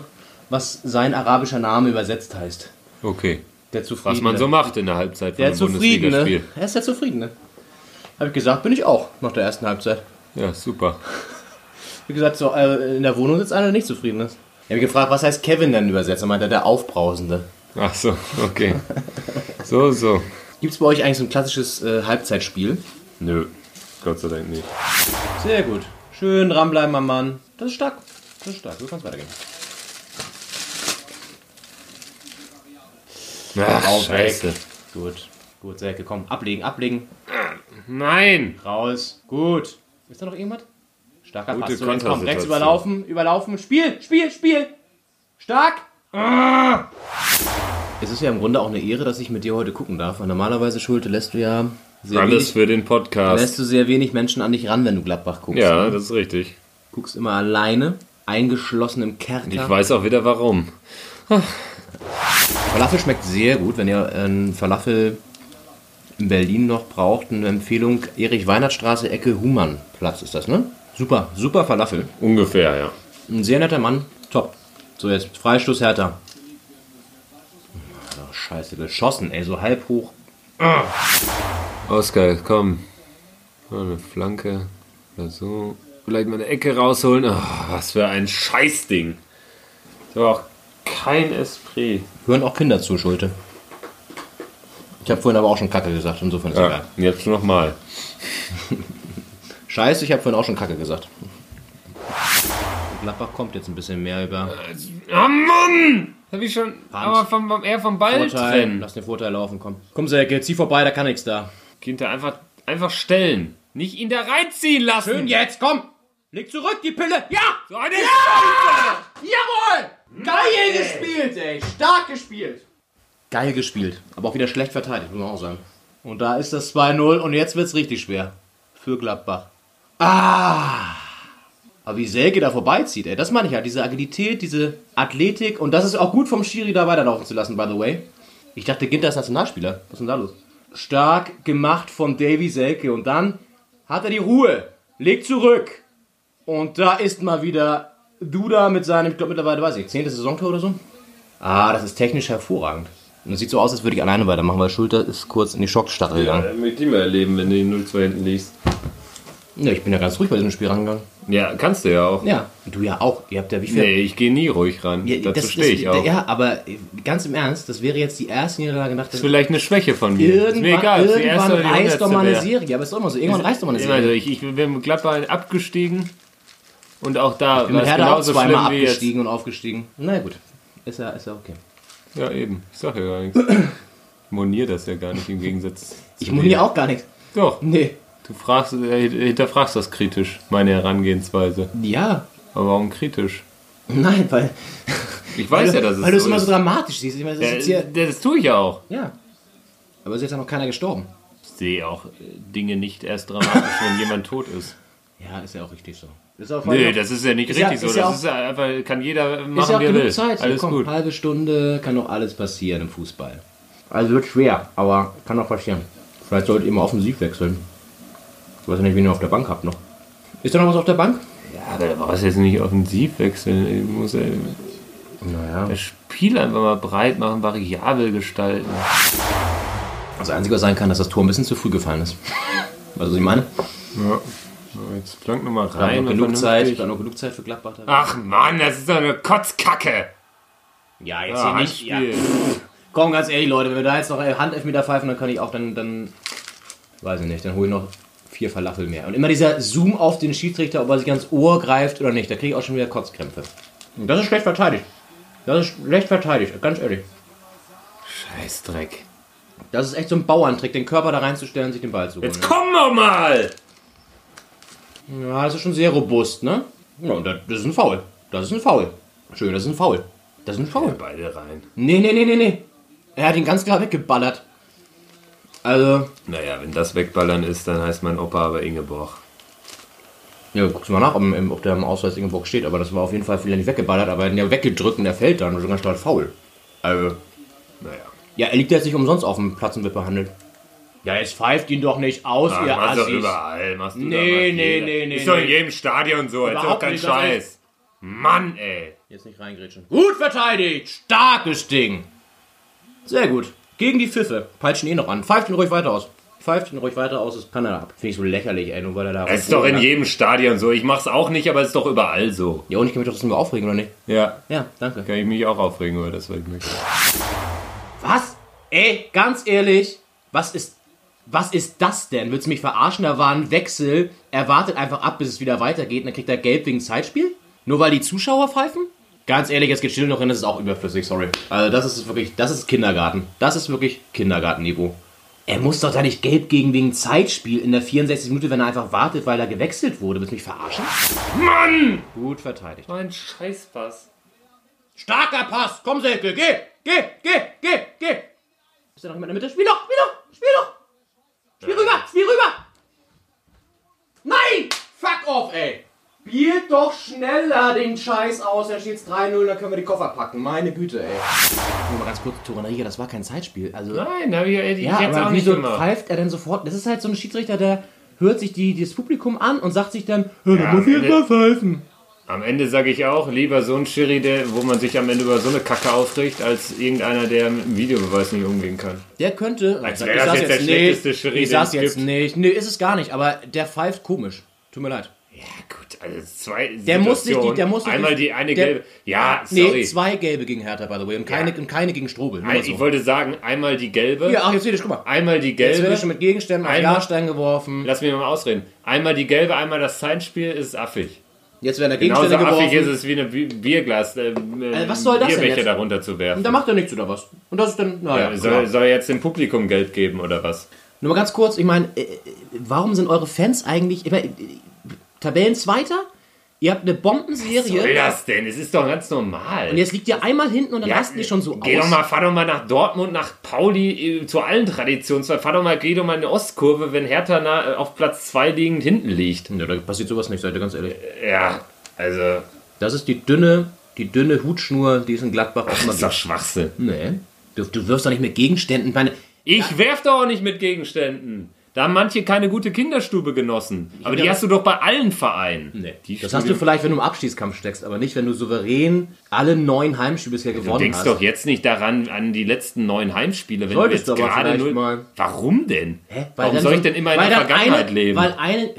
was sein arabischer Name übersetzt heißt.
Okay.
Der Zufriedene.
Was man so macht in der Halbzeit von
Der
einem
Zufriedene.
Bundesligaspiel.
Er ist der Zufriedene. Habe ich gesagt, bin ich auch nach der ersten Halbzeit.
Ja, super.
Wie gesagt, so, äh, in der Wohnung sitzt einer, der nicht zufrieden ist. Ich habe gefragt, was heißt Kevin denn übersetzt? Er meinte, der Aufbrausende.
Ach so, okay. So, so.
Gibt es bei euch eigentlich so ein klassisches äh, Halbzeitspiel?
Nö, Gott sei Dank nicht.
Sehr gut. Schön dranbleiben am Mann. Das ist stark. Das ist stark. So kann es weitergehen.
Ach,
Raus,
scheiße.
weg. Gut. Gut, Selke, komm. Ablegen, ablegen.
Nein!
Raus. Gut. Ist da noch irgendwas? Starker
Gute
Pass. So, jetzt komm, rechts
Kontersituation.
überlaufen, überlaufen. Spiel, Spiel, Spiel. Stark. Es ist ja im Grunde auch eine Ehre, dass ich mit dir heute gucken darf. Weil normalerweise, Schulte, lässt du ja sehr
Alles
wenig,
für den Podcast.
lässt du sehr wenig Menschen an dich ran, wenn du Gladbach guckst.
Ja, das ist richtig.
Guckst immer alleine, eingeschlossen im Kerker.
Ich weiß auch wieder warum.
Falafel schmeckt sehr gut. Wenn ihr einen Falafel in Berlin noch braucht, eine Empfehlung: Erich-Weihnachtstraße, Ecke Humann-Platz ist das, ne? Super, super Falafel.
Ungefähr, ja.
Ein sehr netter Mann. Top. So, jetzt Freistoß Hertha. Ach, scheiße, geschossen, ey, so halb hoch.
Oskar, komm. Mal Eine Flanke oder so. Vielleicht mal eine Ecke rausholen. Ah, was für ein Scheißding. Das war auch kein Esprit.
Hören auch Kinder zu, Schulte. Ich habe vorhin aber auch schon Kacke gesagt, insofern ist egal.
Ja, jetzt nochmal.
Scheiße, ich habe vorhin auch schon Kacke gesagt. Gladbach kommt jetzt ein bisschen mehr über
Ah, Mann! Hab ich schon.
Hand.
Aber vom, vom, eher vom Ball
Vorteil.
trennen.
Lass den Vorteil laufen, komm. Komm, Selke, zieh vorbei, da kann nichts da.
Kinder einfach, einfach stellen. Nicht ihn da reinziehen lassen.
Schön jetzt, komm! Leg zurück die Pille! Ja!
So eine Scheiße!
Jawohl! Geil gespielt, Hm? ey! Stark gespielt! Geil gespielt, aber auch wieder schlecht verteidigt, muss man auch sagen. Und da ist das 2-0 und jetzt wird's richtig schwer. Für Gladbach. Ah! Aber wie Selke da vorbeizieht, ey, das meine ich ja. Diese Agilität, diese Athletik und das ist auch gut vom Schiri da weiterlaufen zu lassen, by the way. Ich dachte, Ginter ist Nationalspieler. Was ist denn da los? Stark gemacht von Davy Selke und dann hat er die Ruhe, legt zurück. Und da ist mal wieder Duda mit seinem, ich glaube mittlerweile weiß ich, zehntes Saisontor oder so. Ah, das ist technisch hervorragend. Und es sieht so aus, als würde ich alleine weitermachen, weil Schulter ist kurz in die Schockstarre gegangen.
Äh, möchte ich mal erleben, wenn du die 0-2 hinten liegst.
Ja, ich bin ja ganz ruhig bei diesem Spiel rangegangen.
Ja, kannst du ja auch.
Ja, du ja auch. Ihr habt ja wie viel?
Nee, ich gehe nie ruhig ran.
Ja,
Dazu stehe ich auch.
Ja, aber äh, ganz im Ernst, das wäre jetzt die erste Niederlage nach der.
Vielleicht eine Schwäche von mir. ist mir
Irgendwann,
egal, ob es die erste
irgendwann
oder die
reißt doch mal eine
hundertste wär.
Serie. Aber es ist doch immer so, irgendwann reißt doch mal eine
Ich meine,
Serie.
ich, ich bin mit Gladbach abgestiegen und auch da
Mit
es
Hertha auch zweimal
wie jetzt.
abgestiegen und aufgestiegen. Na gut, ist ja, ist ja okay.
Ja, eben. Ich sag ja gar nichts. Ich monier das ja gar nicht im Gegensatz.
Ich muss hier auch gar nichts.
Doch,
Nee.
du fragst, äh, hinterfragst das kritisch, meine Herangehensweise.
Ja,
Aber warum kritisch?
nein, weil.
Ich weiß
weil,
ja, dass es
Weil du es
so
immer
ist.
so dramatisch siehst. Ich meine, das ist jetzt
Ja, äh,
hier.
das tue ich ja auch.
Ja. Aber es ist jetzt auch noch keiner gestorben.
Ich sehe auch äh, Dinge nicht erst dramatisch, wenn jemand tot ist.
Ja, ist ja auch richtig so. Ist auch
Nö, das ist ja nicht
Ist ja-
richtig so.
ist ja
das
auch-
ist ja einfach, kann jeder machen,
ist ja auch
wie er
genug
will.
Zeit.
Alles
Komm, halt.
gut.
halbe Stunde kann noch alles passieren im Fußball. Also wird schwer, aber kann auch passieren. Vielleicht solltet ihr mal offensiv wechseln. Ich weiß ja nicht, wen ihr auf der Bank habt noch. Ist da noch was auf der Bank?
Ja, aber da brauchst du jetzt nicht offensiv wechseln. Ich muss ja
Naja.
das Spiel einfach mal breit machen, variabel gestalten.
Das Einzige, was sein kann, dass das Tor ein bisschen zu früh gefallen ist. Weißt du, was ich meine?
Ja. So, Jetzt plank nochmal
Bleibt
rein.
noch genug
und
Zeit,
vernünftig.
bleibt noch genug Zeit für Gladbach. da.
Ach Mann, das ist doch eine Kotzkacke.
Ja, jetzt
Ja,
hier nicht. Ja.
Handspiel.
Komm, ganz ehrlich, Leute, wenn wir da jetzt noch äh, Handelfmeter pfeifen, dann kann ich auch, dann, dann weiß ich nicht, dann hole ich noch vier Falafel mehr. Und immer dieser Zoom auf den Schiedsrichter, ob er sich ans Ohr greift oder nicht, da kriege ich auch schon wieder Kotzkrämpfe. Und Das ist schlecht verteidigt. Das ist schlecht verteidigt, ganz ehrlich.
Scheißdreck.
Das ist echt so ein Bauerntrick, den Körper da reinzustellen und sich den Ball zu holen. ne?
Jetzt komm doch mal!
Ja, das ist schon sehr robust, ne? Ja, und das das ist ein Foul. Das ist ein Foul. Schön, das ist ein Foul. Das ist ein Foul.
Beide rein.
Nee, nee, nee, nee, nee. Er hat ihn ganz klar weggeballert. Also,
Naja, wenn das Wegballern ist, dann heißt mein Opa aber Ingeborg.
ja, guckst du mal nach, ob, im- ob der im Ausweis Ingeborg steht. Aber das war auf jeden Fall vielleicht nicht weggeballert, aber er hat ihn ja weggedrückt und er fällt dann und sogar stark faul. Also,
Naja.
ja, er liegt jetzt nicht umsonst auf dem Platz und wird behandelt. Ja, jetzt pfeift ihn doch nicht aus,
Ach,
ihr
Ah, machst du
Assis.
überall. Machst du
Nee,
doch mal
nee,
jeder.
nee, nee,
Ist doch in
nee.
jedem Stadion so. Jetzt
Überhaupt
doch kein
nicht, das
Scheiß. Mann, ey.
Jetzt nicht reingrätschen. Gut verteidigt! Starkes Ding! Sehr gut. Gegen die Pfiffe. Peitschen ihn eh noch an. Pfeift ihn ruhig weiter aus. Pfeift ihn ruhig weiter aus. Das kann er ab. Finde ich so lächerlich, ey, nur weil er da
Ist doch in
rumgeht.
jedem Stadion so. Ich mach's auch nicht, aber ist doch überall so.
Ja, und ich kann mich doch trotzdem über aufregen, oder nicht?
Ja.
Ja, danke.
Kann ich mich auch aufregen über das Weltmix.
Was? Ey, ganz ehrlich, was ist. Was ist das denn? Willst du mich verarschen? Da war ein Wechsel. Er wartet einfach ab, bis es wieder weitergeht und dann kriegt er gelb wegen Zeitspiel? Nur weil die Zuschauer pfeifen? Ganz ehrlich, jetzt geht still noch hin, das ist auch überflüssig, sorry. Also das ist wirklich, das ist Kindergarten. Das ist wirklich Kindergartenniveau. Er muss doch da nicht gelb gegen wegen Zeitspiel in der 64. Minute, wenn er einfach wartet, weil er gewechselt wurde. Willst du mich verarschen?
Mann!
Gut verteidigt.
Mein Scheißpass.
Starker Pass! Komm, Selke, geh! Geh! Geh! Geh! Geh! Ist da noch jemand in der Mitte? Spiel doch! Spiel doch! Spiel doch!
Äh,
Spiel rüber! Spiel rüber! Nein! Fuck off, ey! Spiel doch schneller den Scheiß aus, dann steht's 3-0, dann können wir die Koffer packen. Meine Güte, ey. Nur mal ganz kurz, Toranaria, das war kein Zeitspiel. Also,
Nein, hab ich, hätte ich
ja,
jetzt
aber
auch nicht
wieso
gemacht.
pfeift er denn sofort? Das ist halt so ein Schiedsrichter, der hört sich die, das Publikum an und sagt sich dann, hör,
Ja,
ja, muss ich jetzt
Ende-
mal pfeifen.
Am Ende sage ich auch, lieber so ein Schiri, der, wo man sich am Ende über so eine Kacke aufregt, als irgendeiner, der mit dem Videobeweis nicht umgehen kann.
Der könnte.
Als
Ich
wäre
sag's
das jetzt der schlechteste
nicht,
Schiri,
Ich sag's
den es
jetzt nicht. Nee, ist es gar nicht, aber der pfeift komisch. Tut mir leid.
Ja, gut, also zwei
Der muss sich die-
Situationen.
der muss sich
Einmal
die-
die eine
der-
gelbe. Ja,
Nee,
sorry.
zwei gelbe gegen Hertha, by the way. Und keine,
Ja.
und keine gegen Strobel. Nur mal
Ein,
so.
ich wollte sagen, einmal die gelbe,
ja, ach, jetzt seht ihr, guck mal.
einmal die
Jetzt wird
gelbe.
er schon mit Gegenständen auf
Einmal-
Jahrstein geworfen.
Lass mich mal ausreden. Einmal die gelbe, einmal das Zeitspiel ist affig.
Jetzt werden da
Genauso
Gegenstände
Genau affig ist
geworfen. Also
es wie eine Bi- Bierglas, äh, äh,
was soll das denn
Bierbecher
jetzt?
darunter zu werfen.
Da macht er nichts oder was. Und das ist dann, naja.
ja,
Ja, genau.
soll, soll er jetzt dem Publikum Geld geben oder was?
Nur mal ganz kurz, ich meine, äh, äh, warum sind eure Fans eigentlich immer äh, äh, Tabellenzweiter? Ihr habt eine
Was soll
Bombenserie.
das denn? Es ist doch ganz normal.
Und jetzt liegt ihr einmal hinten und dann
Ja,
rasten die schon so
geh
aus.
Doch mal, fahr doch mal nach Dortmund, nach Pauli, äh, zu allen Traditionsvereinen. Fahr doch mal, geh doch mal in die Ostkurve, wenn Hertha na, äh, auf Platz 2 liegend hinten liegt.
Ja, da passiert sowas nicht, seid ihr ganz ehrlich.
Ja, also,
Das ist die dünne, die dünne Hutschnur, die es in Gladbach auch immer
das ist doch
gibt.
Schwachsinn.
Nee. Du, du wirst doch nicht mit Gegenständen. Ich Meine,
Ich werf doch auch nicht mit Gegenständen. Da haben manche keine gute Kinderstube genossen. Aber die hast du doch bei allen Vereinen. Nee, die
das hast du vielleicht, wenn du im Abstiegskampf steckst, aber nicht, wenn du souverän alle neun Heimspiele bisher
Du
gewonnen
denkst
hast.
doch jetzt nicht daran, an die letzten neun Heimspiele, wenn
Solltest
du
du
jetzt
aber
gerade
vielleicht
null...
mal.
Warum denn?
Hä? Weil
Warum
dann
soll
so-
ich denn immer in
weil
der
dann
Vergangenheit
eine,
leben?
Weil eine,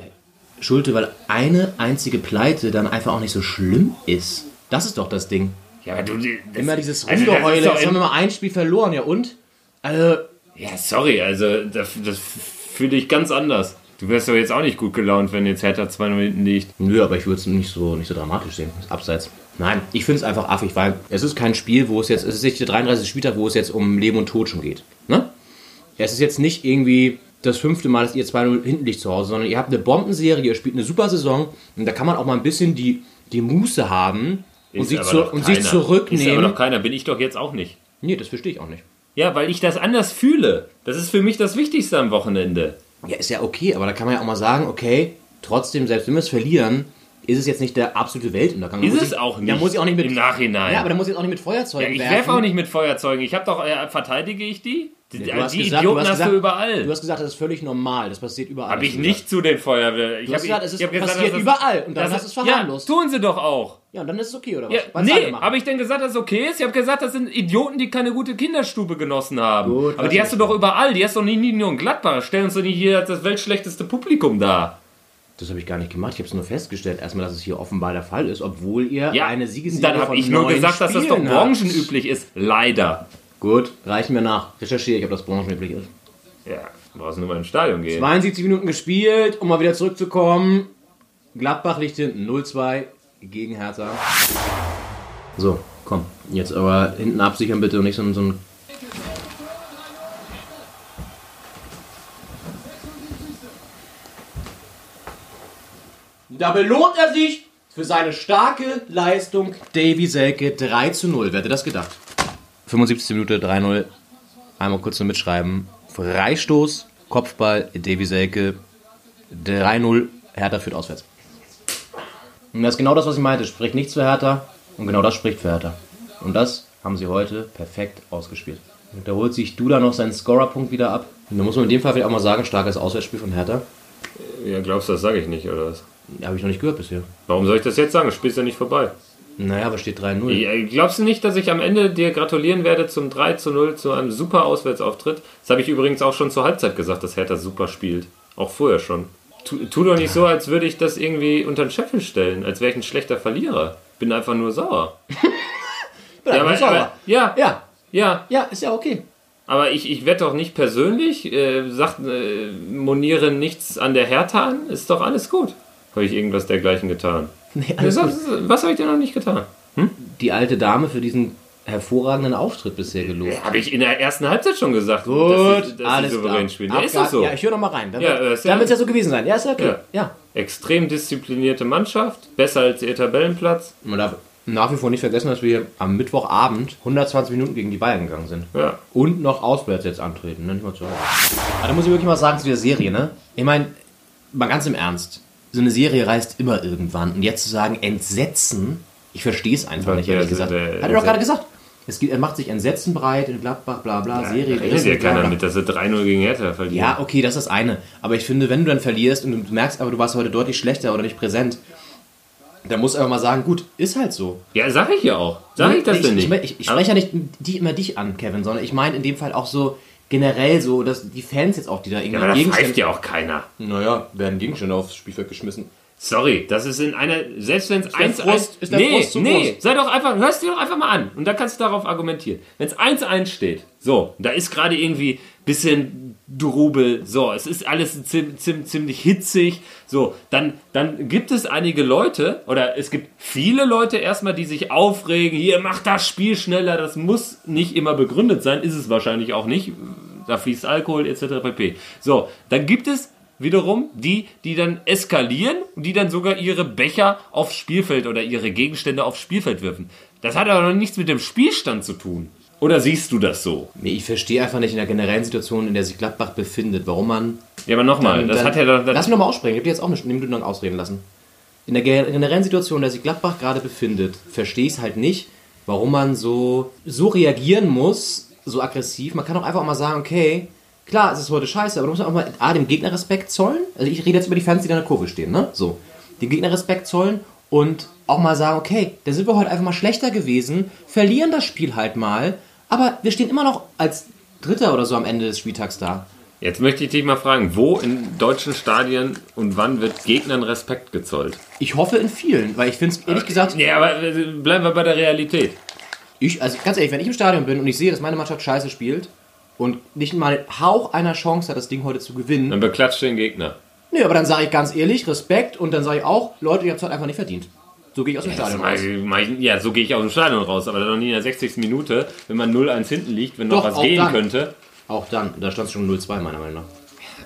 Schulte, weil eine einzige Pleite dann einfach auch nicht so schlimm ist. Das ist doch das Ding.
ja, aber du, das,
Immer dieses
also das ist
Rumgeheule.
doch
Jetzt
im-
haben wir mal ein Spiel verloren, ja und? Also,
Ja, sorry, also das, das fühle ich ganz anders. Du wärst doch jetzt auch nicht gut gelaunt, wenn jetzt Hertha 2-0 hinten liegt.
Nö, aber ich würde es nicht so, nicht so dramatisch sehen. Ist abseits. Nein, ich finde es einfach affig, weil es ist kein Spiel, wo es jetzt, es ist nicht der 33. Spieltag, wo es jetzt um Leben und Tod schon geht. Ne? Es ist jetzt nicht irgendwie das fünfte Mal, dass ihr 2-0 hinten liegt zu Hause, sondern ihr habt eine Bombenserie, ihr spielt eine super Saison und da kann man auch mal ein bisschen die, die Muße haben und,
Ist
sich,
aber
zu,
doch
und sich
keiner. Ist aber
zurücknehmen.
doch keiner, bin ich doch jetzt auch nicht.
Nee, das verstehe ich auch nicht.
Ja, weil ich das anders fühle. Das ist für mich das Wichtigste am Wochenende.
Ja, ist ja okay, aber da kann man ja auch mal sagen, okay, trotzdem, selbst wenn wir es verlieren, ist es jetzt nicht der absolute Weltuntergang. Da
Ist
muss
es
ich,
auch
Da
nicht
muss ich auch nicht mit
im Nachhinein.
Ja, aber da muss ich jetzt auch nicht mit Feuerzeugen
Ich
werfen.
werfe auch nicht mit Feuerzeugen. Ich habe doch, äh, verteidige ich die? Die,
Du hast
die
gesagt,
Idioten hast,
gesagt,
du überall.
Du hast gesagt, das ist völlig normal. Das passiert überall.
Habe ich
Hast du gesagt.
nicht zu den Feuerwehren. Ich
Du hast
hab-
gesagt, es ist,
ich hab gesagt,
passiert
dass das-
überall. Und dann
dass
hast du es
das-
verharmlost.
Ja, tun sie doch auch.
Ja, und dann ist es okay, oder was?
Ja,
Weil's alle
nee,
machen.
habe ich denn gesagt, dass es okay ist? Ich habe gesagt, das sind Idioten, die keine gute Kinderstube genossen haben.
Gut, also
Aber die
weiß
hast du doch überall. Die hast du doch nie, nie nur in Gladbach. Stell uns doch nicht hier als das weltschlechteste Publikum da.
das habe ich gar nicht gemacht. Ich habe es nur festgestellt, erstmal, dass es hier offenbar der Fall ist, obwohl ihr eine Siegesserie
Dann habe
von
ich nur
neun
gesagt, dass das doch
Spielen habt.
branchenüblich ist. Leider.
Gut, reichen wir nach. Recherchiere ich, ob das branchenüblich ist.
Ja, du brauchst nur mal ins Stadion gehen.
72 Minuten gespielt, um mal wieder zurückzukommen. Gladbach liegt hinten 0-2 gegen Hertha. So, komm. Jetzt aber hinten absichern bitte und nicht so, ein- so ein. Da belohnt er sich für seine starke Leistung. Davy Selke 3 zu 0. Wer hätte das gedacht? 75. Minute 3-0. Einmal kurz nur mitschreiben. Freistoß, Kopfball, Davy Selke 3-0. Hertha führt auswärts. Und das ist genau das, was ich meinte. Spricht nichts für Hertha und genau das spricht für Hertha. Und das haben sie heute perfekt ausgespielt. Und da holt sich Duda noch seinen Scorerpunkt wieder ab. Und da muss man in dem Fall vielleicht auch mal sagen, starkes Auswärtsspiel von Hertha.
Ja, glaubst du, das sage ich nicht, oder was?
Habe ich noch nicht gehört bisher.
Warum soll ich das jetzt sagen? Das Spiel ist ja nicht vorbei.
Naja, aber steht 3-0.
Ja, Glaubst du nicht, dass ich am Ende dir gratulieren werde zum 3 zu 0 zu einem super Auswärtsauftritt? Das habe ich übrigens auch schon zur Halbzeit gesagt, dass Hertha super spielt. Auch vorher schon. Tu, tu doch nicht so, als würde ich das irgendwie unter den Scheffel stellen, als wäre ich ein schlechter Verlierer. Bin einfach nur sauer.
Ja,
aber- aber- ja,
ja,
ja.
ja, ist ja okay.
Aber ich, ich werde doch nicht persönlich, äh, sagt, äh, moniere nichts an der Hertha an. Ist doch alles gut. Habe ich irgendwas dergleichen getan?
Nee, alles gut.
was was habe ich denn noch nicht getan?
Die alte Dame für diesen hervorragenden Auftritt bisher gelobt.
Habe ich in der ersten Halbzeit schon gesagt, dass sie, dass sie souverän spielen. Ja, ist das so?
Ja, ich höre nochmal rein. Dann,
Ja,
ja,
äh,
dann
ist ja-
wird es ja so gewesen sein. Ja, ist ja okay.
Ja.
Ja.
Extrem disziplinierte Mannschaft, besser als ihr Tabellenplatz.
Man darf nach wie vor nicht vergessen, dass wir am Mittwochabend 120 Minuten gegen die Bayern gegangen sind.
Ja.
Und noch auswärts jetzt antreten, ne? nicht mal zu Hause. Aber da muss ich wirklich mal sagen zu der Serie, ne? Ich meine, mal ganz im Ernst. So eine Serie reißt immer irgendwann. Und jetzt zu sagen, entsetzen, ich verstehe es einfach
Ja,
nicht,
wer-
ehrlich gesagt.
wer-
Hat er doch gerade gesagt. Es gibt, er macht sich Entsetzen breit in Gladbach, bla bla, Serie.
Rechnet ja
bla,
keiner
bla.
mit, dass sie 3-0 gegen Hertha verlieren.
Ja, okay, das ist das eine. Aber ich finde, wenn du dann verlierst und du merkst, aber du warst heute deutlich schlechter oder nicht präsent, dann musst du einfach mal sagen, gut, ist halt so.
ja sag ich ja auch. Sag ich das
ich,
denn nicht?
Ich, ich, ich spreche ja nicht die, immer dich an, Kevin, sondern ich meine in dem Fall auch so generell so, dass die Fans jetzt auch, die da irgendwie
Aber da pfeift
Gegenstände...
ja auch keiner.
Naja, werden Gegenstände aufs Spielfeld geschmissen.
Sorry, das ist in einer, selbst wenn es eins
Frust- ist der
nee,
Frust zu
nee,
groß?
sei doch einfach, hörst dir doch einfach mal an und dann kannst du darauf argumentieren. Wenn es eins eins steht, so, da ist gerade irgendwie bisschen Drubel, so, es ist alles zim, zim, ziemlich hitzig, so, dann, dann gibt es einige Leute oder es gibt viele Leute erstmal, die sich aufregen, hier macht das Spiel schneller, das muss nicht immer begründet sein, ist es wahrscheinlich auch nicht, da fließt Alkohol etc. pp. So, dann gibt es wiederum die, die dann eskalieren und die dann sogar ihre Becher aufs Spielfeld oder ihre Gegenstände aufs Spielfeld wirfen. Das hat aber noch nichts mit dem Spielstand zu tun. Oder siehst du das so?
Nee, ich verstehe einfach nicht in der generellen Situation, in der sich Gladbach befindet, warum man...
Ja, aber nochmal, das
Ähm, dann,
hat ja doch.
lass
Das,
mich nochmal aussprechen, ich hab dir jetzt auch eine eine Minute lang ausreden lassen. In der ge- generellen Situation, in der sich Gladbach gerade befindet, verstehe ich es halt nicht, warum man so, so reagieren muss, so aggressiv. Man kann auch einfach mal sagen, okay, klar, es ist heute scheiße, aber du musst auch mal A, dem Gegner Respekt zollen. Also ich rede jetzt über die Fans, die da in der Kurve stehen, ne? So. Dem Gegner Respekt zollen und auch mal sagen, okay, da sind wir heute einfach mal schlechter gewesen, verlieren das Spiel halt mal, aber wir stehen immer noch als Dritter oder so am Ende des Spieltags da.
jetzt möchte ich dich mal fragen, wo in deutschen Stadien und wann wird Gegnern Respekt gezollt?
Ich hoffe in vielen, weil ich finde es ehrlich gesagt,
Ja, aber äh, bleiben wir bei der Realität.
Ich, also ganz ehrlich, wenn ich im Stadion bin und ich sehe, dass meine Mannschaft scheiße spielt und nicht mal einen Hauch einer Chance hat, das Ding heute zu gewinnen,
Dann beklatscht den Gegner.
nee, aber dann sage ich ganz ehrlich, Respekt und dann sage ich auch, Leute, ihr habt es heute einfach nicht verdient. So gehe ich aus dem
Das
Stadion
mach
raus.
ich- mach ich- Ja, so gehe ich aus dem Stadion raus, aber dann in der 60. Minute, wenn man 0-1 hinten liegt, wenn noch
Doch,
was
auch
gehen
dann.
könnte.
Auch dann, da stand es schon 0-2 meiner Meinung nach.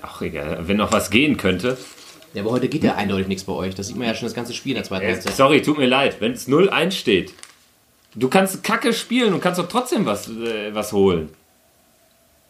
Ach egal, wenn noch was gehen könnte.
Ja, aber heute geht ja eindeutig nichts bei euch. Das sieht man ja schon das ganze Spiel in der zweiten
Äh,
Halbzeit.
Sorry, tut mir leid, wenn es 0-1 steht. Du kannst Kacke spielen und kannst doch trotzdem was, äh, was holen.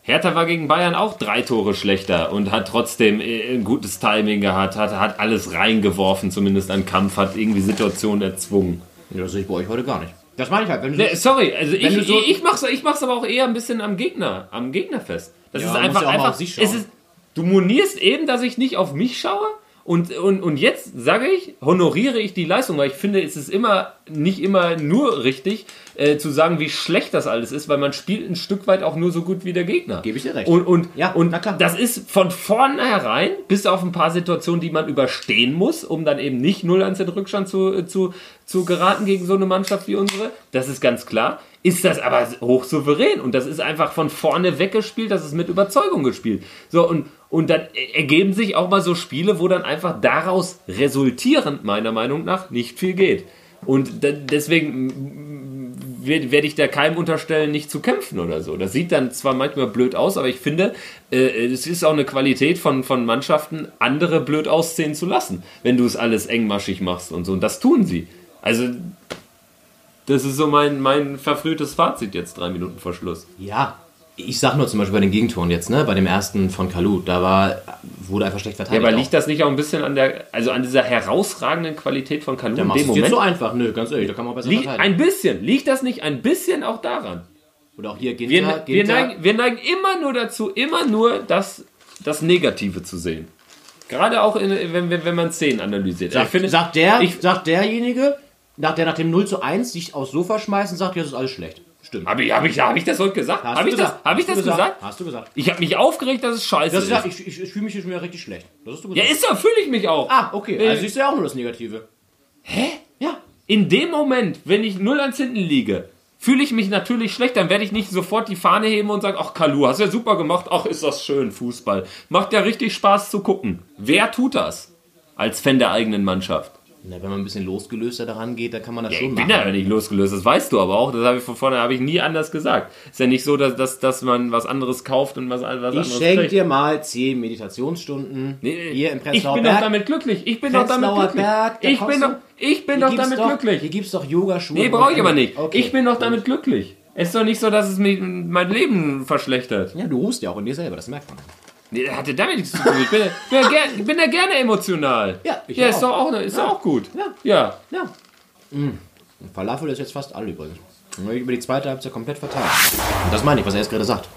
Hertha war gegen Bayern auch drei Tore schlechter und hat trotzdem äh, ein gutes Timing gehabt, hat, hat alles reingeworfen, zumindest an Kampf, hat irgendwie Situationen erzwungen.
Ja, das sehe ich bei euch heute gar nicht. Das meine ich halt. Wenn du
Äh, Sorry, also
Wenn du
ich,
so-
ich, mach's, ich mach's aber auch eher ein bisschen am Gegner, am Gegner fest. Das
Ja,
ist
man muss
einfach,
ja auch mal
einfach
auf sich schauen.
es ist, du monierst eben, dass ich nicht auf mich schaue und, und, und jetzt sage ich, honoriere ich die Leistung, weil ich finde, es ist immer, nicht immer nur richtig, äh, zu sagen, wie schlecht das alles ist, weil man spielt ein Stück weit auch nur so gut wie der Gegner.
Gebe ich dir recht.
Und, und,
Ja,
und
na klar.
das ist von vornherein, bis auf ein paar Situationen, die man überstehen muss, um dann eben nicht 0 1 in Rückstand zu, äh, zu, zu geraten gegen so eine Mannschaft wie unsere. Das ist ganz klar. Ist das aber hochsouverän und das ist einfach von vorne weggespielt, das ist mit Überzeugung gespielt. So, und, und dann e-, ergeben sich auch mal so Spiele, wo dann einfach daraus resultierend, meiner Meinung nach, nicht viel geht. Und de- deswegen werde werd ich der Keim unterstellen, nicht zu kämpfen oder so. Das sieht dann zwar manchmal blöd aus, aber ich finde, äh, es ist auch eine Qualität von, von Mannschaften, andere blöd aussehen zu lassen, wenn du es alles engmaschig machst und so. Und das tun sie. Also, das ist so mein, mein verfrühtes Fazit jetzt, drei Minuten vor Schluss.
Ja, ich sag nur zum Beispiel bei den Gegentoren jetzt, ne? Bei dem ersten von Kalu, da war, wurde einfach schlecht
Ja,
verteidigt.
aber
auch.
liegt das nicht auch ein bisschen an der, also an dieser herausragenden Qualität von Kalu
da
in
machst
dem
du es dir
Moment?
so einfach, nö, ganz ehrlich, da kann man auch besser
Liegt
verteidigen.
ein bisschen, liegt das nicht ein bisschen auch daran?
Oder auch hier
Wir, ne-,
Ginter,
wir,
Ginter-
neigen, wir neigen immer nur dazu, immer nur das, das Negative zu sehen. Gerade auch, in, wenn, wenn, wenn man Szenen analysiert.
Sagt,
ich finde,
sagt, der,
ich-
sagt derjenige, nach der nach dem 0 zu 1 sich aufs Sofa schmeißen, sagt, ja, das ist alles schlecht. Stimmt.
habe ich, hab ich, hab ich das heute gesagt?
Hast
Habe
du
ich,
gesagt.
das- hab ich
Hast du
das gesagt?
Hast du gesagt.
Ich habe mich aufgeregt, dass es scheiße
Du hast
ist.
gesagt, ich, ich, ich fühle mich hier schon wieder richtig schlecht. Das hast du
Ja,
gesagt.
ist so, fühle ich mich auch.
ah, okay.
Äh,
Also ich sehe auch nur das Negative.
Hä?
Ja.
In dem Moment, wenn ich 0-1 hinten liege, fühle ich mich natürlich schlecht, dann werde ich nicht sofort die Fahne heben und sagen, ach Kalu, hast ja super gemacht, ach ist das schön, Fußball. Macht ja richtig Spaß zu gucken. Wer tut das als Fan der eigenen Mannschaft?
Na, wenn man ein bisschen losgelöster daran geht, dann kann man das
Ja,
schon
ich
machen.
bin ja nicht losgelöst, das weißt du aber auch. Das habe ich von vorne habe ich nie anders gesagt. Ist ja nicht so, dass, dass, dass man was anderes kauft und was, was anderes
ich schenke
kriegt.
dir mal 10 Meditationsstunden
Nee,
hier im
ich
Prenzlauer
bin doch
Berg.
damit glücklich. Ich bin doch damit
Prenzlauer
glücklich.
Berg, da
ich
kommst
bin
du-
doch, ich bin
Hier
doch
gibt's
damit
Hier
glücklich.
gibt's doch Yogaschuhe.
Nee, brauche ich aber nicht.
Okay.
Ich bin doch damit glücklich. Es ist doch nicht so, dass es mir mein Leben verschlechtert.
Ja, du ruhst ja auch in dir selber, das merkt man.
Nee, das hatte damit nichts zu tun. Ich bin, bin, ja, ger bin ja gerne emotional.
Ja, ich
ja ist
auch.
doch auch, ist doch auch gut.
Ja.
ja.
Ja. Mm. Falafel ist jetzt fast alle übrigens. Dann hab ich über die zweite Halbzeit komplett verteilt. Und das meine ich, was er jetzt gerade sagt.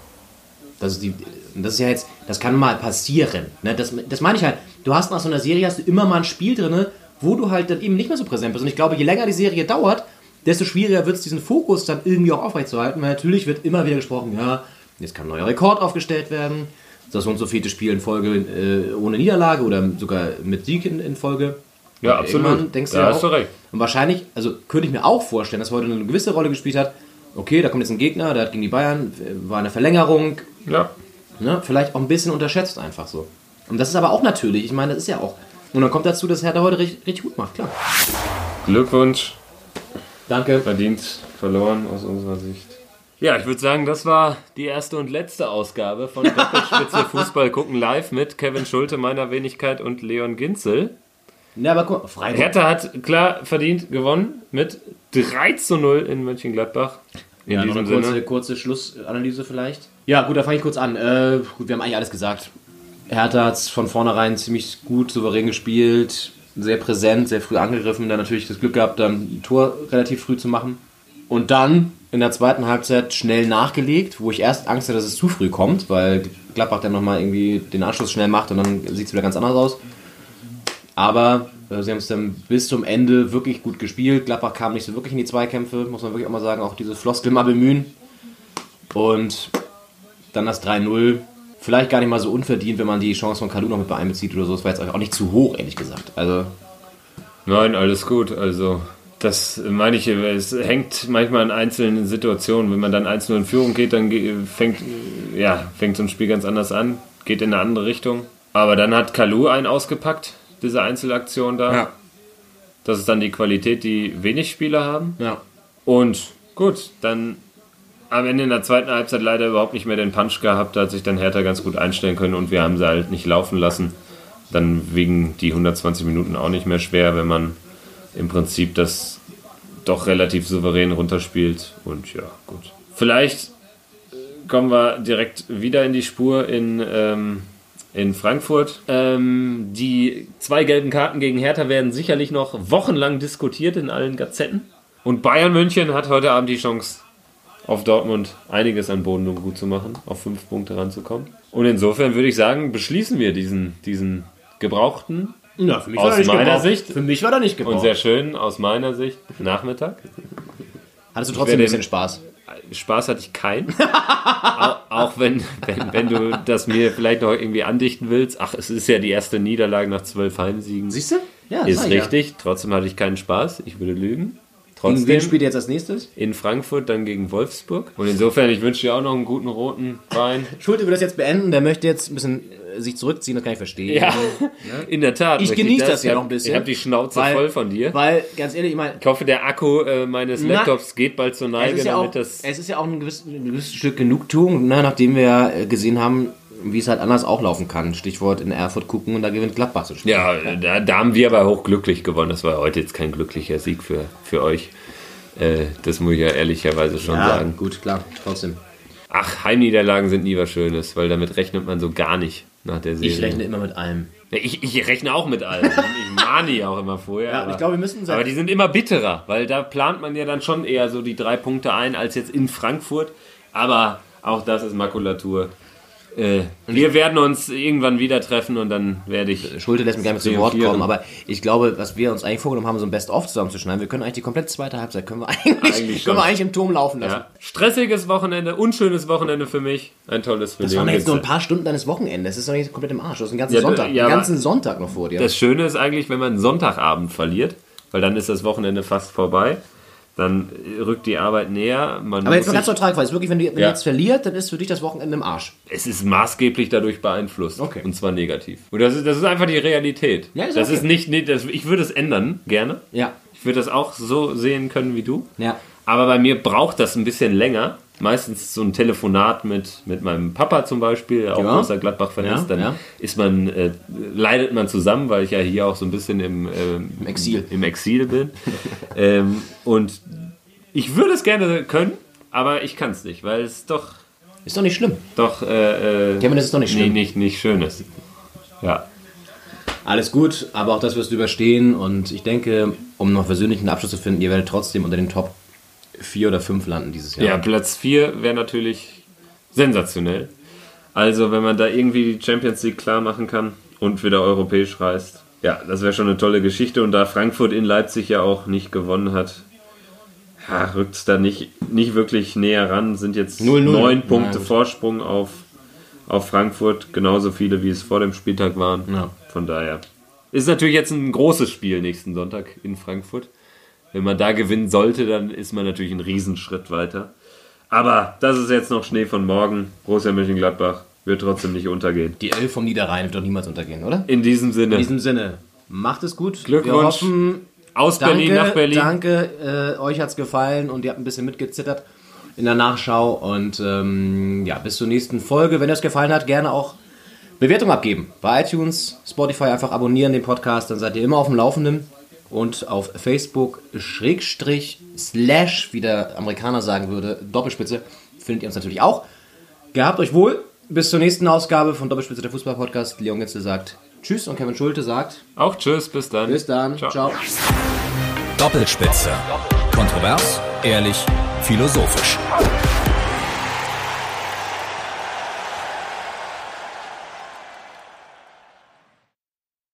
Das ist, die, das ist ja jetzt, das kann mal passieren. Ne? Das, das meine ich halt. Du hast nach so einer Serie hast du immer mal ein Spiel drin, wo du halt dann eben nicht mehr so präsent bist. Und ich glaube, je länger die Serie dauert, desto schwieriger wird es, diesen Fokus dann irgendwie auch aufrechtzuerhalten. Weil natürlich wird immer wieder gesprochen, ja, jetzt kann ein neuer Rekord aufgestellt werden. Das so und so vierte Spiel in Folge äh, ohne Niederlage oder sogar mit Sieg in, in Folge.
Ja,
Und
absolut.
irgendwann Denkst du
Da
ja
hast
auch,
du recht.
Und wahrscheinlich, also könnte ich mir auch vorstellen, dass heute eine gewisse Rolle gespielt hat. Okay, da kommt jetzt ein Gegner, der hat gegen die Bayern, äh, war eine Verlängerung,
ja.
ne, vielleicht auch ein bisschen unterschätzt einfach so. Und das ist aber auch natürlich, ich meine, das ist ja auch. Und dann kommt dazu, dass Hertha heute richtig, richtig gut macht, klar.
Glückwunsch.
Danke.
verdient verloren aus unserer Sicht. Ja, ich würde sagen, das war die erste und letzte Ausgabe von Doppelspitze Fußball gucken live mit Kevin Schulte, meiner Wenigkeit und Leon Ginzel.
Na, aber guck mal, Freiburg.
Hertha hat klar verdient gewonnen mit 3 zu 0 in Mönchengladbach. In
Ja,
diesem
noch eine kurze,
Sinne.
kurze Schlussanalyse vielleicht. Ja, gut, da fange ich kurz an. Äh, gut, wir haben eigentlich alles gesagt. Hertha hat es von vornherein ziemlich gut, souverän gespielt, sehr präsent, sehr früh angegriffen, dann natürlich das Glück gehabt, dann ein Tor relativ früh zu machen. Und dann in der zweiten Halbzeit schnell nachgelegt, wo ich erst Angst hatte, dass es zu früh kommt, weil Gladbach dann nochmal irgendwie den Anschluss schnell macht und dann sieht es wieder ganz anders aus. Aber äh, sie haben es dann bis zum Ende wirklich gut gespielt. Gladbach kam nicht so wirklich in die Zweikämpfe, muss man wirklich auch mal sagen. Auch diese Floskel mal bemühen. Und dann das 3-0. Vielleicht gar nicht mal so unverdient, wenn man die Chance von Kalu noch mit einbezieht oder so. Das war jetzt auch nicht zu hoch, ehrlich gesagt. Also,
Nein, alles gut. Also, das meine ich, es hängt manchmal an einzelnen Situationen. Wenn man dann einzeln in Führung geht, dann ge- fängt, ja, fängt so ein Spiel ganz anders an, geht in eine andere Richtung. Aber dann hat Kalu einen ausgepackt, diese Einzelaktion da.
Ja.
Das ist dann die Qualität, die wenig Spieler haben.
ja.
Und gut, dann am Ende in der zweiten Halbzeit leider überhaupt nicht mehr den Punch gehabt. Da hat sich dann Hertha ganz gut einstellen können und wir haben sie halt nicht laufen lassen. Dann wegen die 120 Minuten auch nicht mehr schwer, wenn man im Prinzip das doch relativ souverän runterspielt. Und ja, gut. Vielleicht äh, kommen wir direkt wieder in die Spur in, ähm, in Frankfurt. Ähm, die zwei gelben Karten gegen Hertha werden sicherlich noch wochenlang diskutiert in allen Gazetten. Und Bayern München hat heute Abend die Chance, auf Dortmund einiges an Boden um gut zu machen, auf fünf Punkte ranzukommen. Und insofern würde ich sagen, beschließen wir diesen, diesen gebrauchten
Na, für mich
Aus
war da nicht
meiner
gebraucht.
Sicht-
Für mich war da nicht
und
gebraucht.
sehr schönen, aus meiner Sicht, Nachmittag.
Hattest du
wär
trotzdem ein bisschen
den-
Spaß?
Spaß hatte ich keinen. auch auch wenn, wenn, wenn du das mir vielleicht noch irgendwie andichten willst. Ach, es ist ja die erste Niederlage nach zwölf Heimsiegen.
Siehst du? Ja, das
ist
sag ich ja.
richtig. Trotzdem hatte ich keinen Spaß. Ich würde lügen.
Gegen wen
Trotzdem
spielt ihr jetzt als nächstes?
in Frankfurt, dann gegen Wolfsburg. Und insofern, ich wünsche dir auch noch einen guten roten Wein.
Schulte will das jetzt beenden. Der möchte jetzt ein bisschen äh, sich zurückziehen, das kann ich verstehen.
Ja, Also, in der Tat.
Ich
Ricky,
genieße das ja noch ein bisschen.
Ich habe die Schnauze
Weil-
voll von dir.
Weil, ganz ehrlich, ich meine,
Ich hoffe, der Akku äh, meines
Na,
Laptops geht bald zur
es,
Neige,
ist ja auch,
damit das.
es ist ja auch ein gewisses, ein gewisses Stück Genugtuung, ne, nachdem wir ja äh, gesehen haben, wie es halt anders auch laufen kann. Stichwort in Erfurt gucken und da gewinnt Gladbach zu spielen.
Ja, da, da haben wir aber hochglücklich gewonnen. Das war heute jetzt kein glücklicher Sieg für, für euch. Äh, das muss ich ja ehrlicherweise schon sagen.
gut, klar, trotzdem.
Ach, Heimniederlagen sind nie was Schönes, weil damit rechnet man so gar nicht nach der Serie.
Ich rechne immer mit allem.
Ja, Ich, ich rechne auch mit allem. Ich mahne ja auch immer vorher.
Ja, aber ich glaube, wir müssen seit-
Aber die sind immer bitterer, weil da plant man ja dann schon eher so die drei Punkte ein als jetzt in Frankfurt. Aber auch das ist Makulatur. Äh, wir werden uns irgendwann wieder treffen und dann werde ich.
Schulte lässt mich gar nicht mehr zu Wort
Triumphieren.
kommen, aber ich glaube, was wir uns eigentlich vorgenommen haben, so ein Best-of zusammenzuschneiden, wir können eigentlich die komplette zweite Halbzeit, können wir eigentlich,
Eigentlich
können wir
schon.
eigentlich im Turm laufen lassen.
Ja. Stressiges Wochenende, unschönes Wochenende für mich. Ein tolles für
Das waren jetzt nur ein paar Stunden deines Wochenendes. Das ist doch nicht komplett im Arsch. Du hast einen ganzen
Ja,
Sonntag,
ja,
einen
aber-
ganzen Sonntag noch vor dir.
Das Schöne ist eigentlich, wenn man Sonntagabend verliert, weil dann ist das Wochenende fast vorbei. Dann rückt die Arbeit näher. Man
aber jetzt mal
muss
ganz
sich,
neutral, weil es wirklich, wenn du wenn du
Ja.
jetzt verlierst, dann ist für dich das Wochenende im Arsch.
es ist maßgeblich dadurch beeinflusst.
Okay.
Und zwar negativ. Und das ist, das ist einfach die Realität.
Ja, ist
das
okay.
ist nicht, nee, das, ich würde es ändern, gerne.
Ja.
Ich würde das auch so sehen können wie du.
Ja.
Aber bei mir braucht das ein bisschen länger. Meistens so ein Telefonat mit, mit meinem Papa zum Beispiel, der auch
Ja.
großer Gladbach-Fan
Ja,
ist. Dann
ja.
ist man, äh, leidet man zusammen, weil ich ja hier auch so ein bisschen im, ähm,
Im Exil.
im Exil bin. ähm, und ich würde es gerne können, aber ich kann es nicht, weil es doch,
Ist doch nicht schlimm.
doch, äh, äh,
Kevin, das ist doch nicht
nee,
schlimm.
nicht, nicht schön ist. Ja.
Alles gut, aber auch das wirst du überstehen. Und ich denke, um noch persönlichen Abschluss zu finden, ihr werdet trotzdem unter den Top 4 oder 5 landen dieses Jahr.
Ja, Platz 4 wäre natürlich sensationell. Also, wenn man da irgendwie die Champions League klar machen kann und wieder europäisch reist. Ja, das wäre schon eine tolle Geschichte. Und da Frankfurt in Leipzig ja auch nicht gewonnen hat, ja, rückt es da nicht, nicht wirklich näher ran. Sind jetzt
0-0.
neun
Na
Punkte
gut.
Vorsprung auf, auf Frankfurt. Genauso viele, wie es vor dem Spieltag waren.
Ja.
Von daher. Ist natürlich jetzt ein großes Spiel nächsten Sonntag in Frankfurt. Wenn man da gewinnen sollte, dann ist man natürlich einen Riesenschritt weiter. Aber das ist jetzt noch Schnee von morgen. Borussia Mönchengladbach wird trotzdem nicht untergehen.
Die Elf vom Niederrhein wird doch niemals untergehen, oder?
In diesem Sinne,
In diesem Sinne, macht es gut.
Glückwunsch
Wir hoffen,
aus
Danke,
Berlin nach Berlin.
Danke, äh, euch hat's gefallen und ihr habt ein bisschen mitgezittert in der Nachschau. Und ähm, ja, bis zur nächsten Folge. Wenn euch gefallen hat, gerne auch Bewertung abgeben. Bei iTunes, Spotify einfach abonnieren den Podcast, dann seid ihr immer auf dem Laufenden. Und auf Facebook Schrägstrich Slash, wie der Amerikaner sagen würde, Doppelspitze, findet ihr uns natürlich auch. Gehabt euch wohl. Bis zur nächsten Ausgabe von Doppelspitze der Fußball-Podcast. Leon Gitzel sagt Tschüss und Kevin Schulte sagt
Auch tschüss, bis dann.
Bis dann. Ciao.
Doppelspitze. Kontrovers, ehrlich, philosophisch.